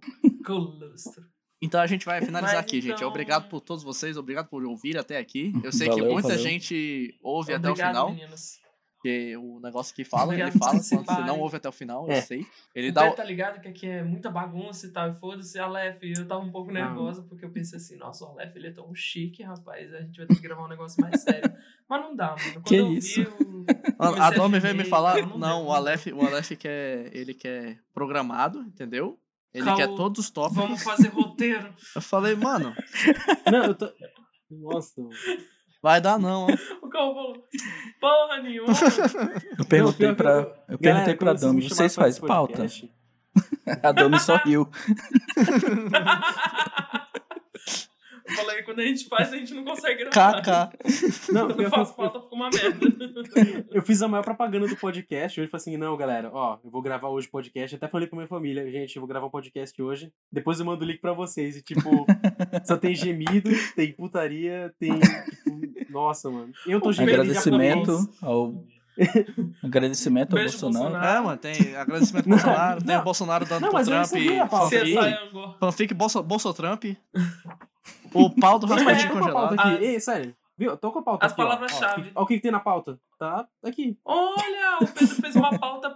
Colostro.
Então a gente vai finalizar
Mas
aqui, gente.
então-
Obrigado por todos vocês, obrigado por ouvir até aqui. Eu sei que
Valeu,
muita
valeu.
gente ouve até o
Obrigado,
final,
meninos.
porque o negócio que fala,
Obrigado
ele
por
fala, quando você
participarem.
não ouve até o final,
É.
eu sei.
Ele
Ele dá o-
tá ligado que aqui é muita bagunça e tal, e foda-se, Aleph. Eu tava um pouco nervosa porque eu pensei assim, nossa, o Aleph ele é tão chique, rapaz, a gente vai ter que gravar um negócio mais sério.
(laughs)
Mas não dá, mano. Quando
Que
eu
isso?
vi o. comecei
A, a Domi
gemer
veio me
e
falar,
tal,
não,
deu,
o Aleph, o Aleph quer, ele quer programado, entendeu? Ele
Caô,
quer todos os (laughs)
deu.
tópicos.
Vamos fazer roteiro.
Eu falei, mano,
(laughs) Não, eu tô. Nossa. mano.
vai dar não. ó.
O Carl falou, porra nenhuma.
Eu perguntei
Não, pior que
pra,
eu-
eu
Galera,
perguntei
quando
pra
me
Domi,
chamaram
vocês
pra esse
fazem pauta?
podcast,
(laughs) A Domi só riu.
Eu falei, quando a gente faz, a gente não consegue gravar. (laughs)
KK.
Não,
Quando eu
(laughs) eu,
faço
eu,
falta, fica uma merda.
(laughs)
eu fiz a maior propaganda do podcast hoje. Falei assim: não, galera, ó, eu vou gravar hoje o podcast. Até falei pra minha família: gente, eu vou gravar um podcast hoje. Depois eu mando o link pra vocês. E, tipo, só tem gemido, tem putaria, tem. tipo, nossa, mano. Eu tô gemendo. e já falei,
Agradecimento ao. Agradecimento ao
Beijo,
Bolsonaro.
É, mano, tem agradecimento ao Bolsonaro, tem o
Não.
Bolsonaro dando
Não,
pro
mas eu
Trump
recebi a pauta.
Você
fanfic,
sai Angor.
fanfic Bolso, Bolsotramp, o pau do
Mas
Rasputin
é uma pauta
congelado.
aqui.
Ah,
Ei, sério. Viu? Eu tô com a pauta
As
aqui, ó.
palavras-chave.
Ó, o que- Ó, o que, que tem na pauta? Tá aqui.
Olha, o Pedro fez uma pauta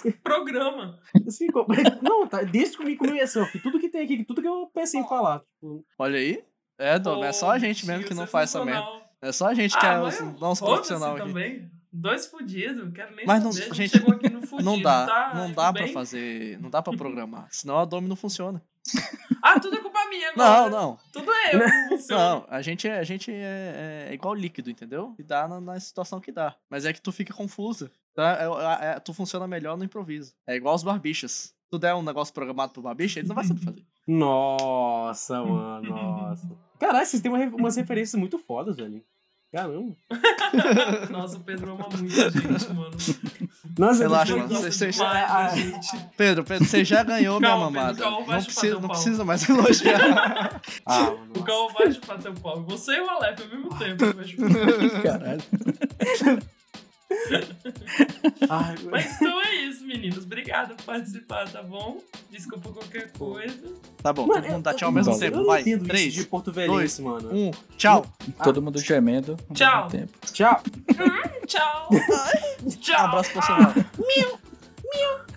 pós-programa.
Assim, co- (laughs) não, tá desde que me começou. que Tudo que tem aqui, tudo que eu pensei em falar. Tipo,
Olha aí. É, Dom, é só a gente mesmo que não faz essa merda. É só a gente
Ah,
que é os, não os profissionais aqui.
também. Dois fudidos, não quero nem
Mas não-
saber. a
gente,
gente chegou aqui no
(laughs)
fudido,
Não dá,
tá?
não
Tudo
dá pra
bem?
fazer, não dá pra programar, senão a Domi não funciona.
Ah, tudo é culpa minha
(laughs) Não,
agora.
não,
Tudo é eu que funciona.
não, a gente, é, a gente é, é igual líquido, entendeu? E dá na, na situação que dá, mas é que tu fica confusa, tá? É- é- é- tu funciona melhor no improviso, é igual os barbichas. Se tu der um negócio programado pro barbicha, ele não vai saber fazer.
(laughs) nossa, mano, nossa. Caralho, vocês têm uma re- umas referências muito fodas, velho. Caramba.
(laughs) Nossa, o Pedro ama muito a gente,
(laughs)
mano.
Nossa,
Relaxa,
eu-
Tá, mano.
Gosta
Vocês-
demais da
Ah,
gente.
Pedro, Pedro, você já ganhou minha
Calma, Pedro,
mamada,
calma, vai
não,
chupar
precisa,
teu
não
pau.
precisa mais (laughs) elogiar.
Ah, mano,
O
nossa.
Cal vai chupar teu pau. Você e o Aleph ao mesmo tempo. eu acho.
Caralho.
Ai,
Mas então é isso, meninos. Obrigado por participar, tá bom? Desculpa qualquer coisa.
Tá bom,
Mano,
todo mundo dá
eu-
tchau ao mesmo
eu-
tempo,
não
vai,
entendo isso
três,
de Porto Velhense, mano.
um, tchau.
Todo mundo gemendo. ao
Tchau.
mesmo tempo.
Tchau.
Tchau. Tchau.
Abraço pro
Ah,
Bolsonaro.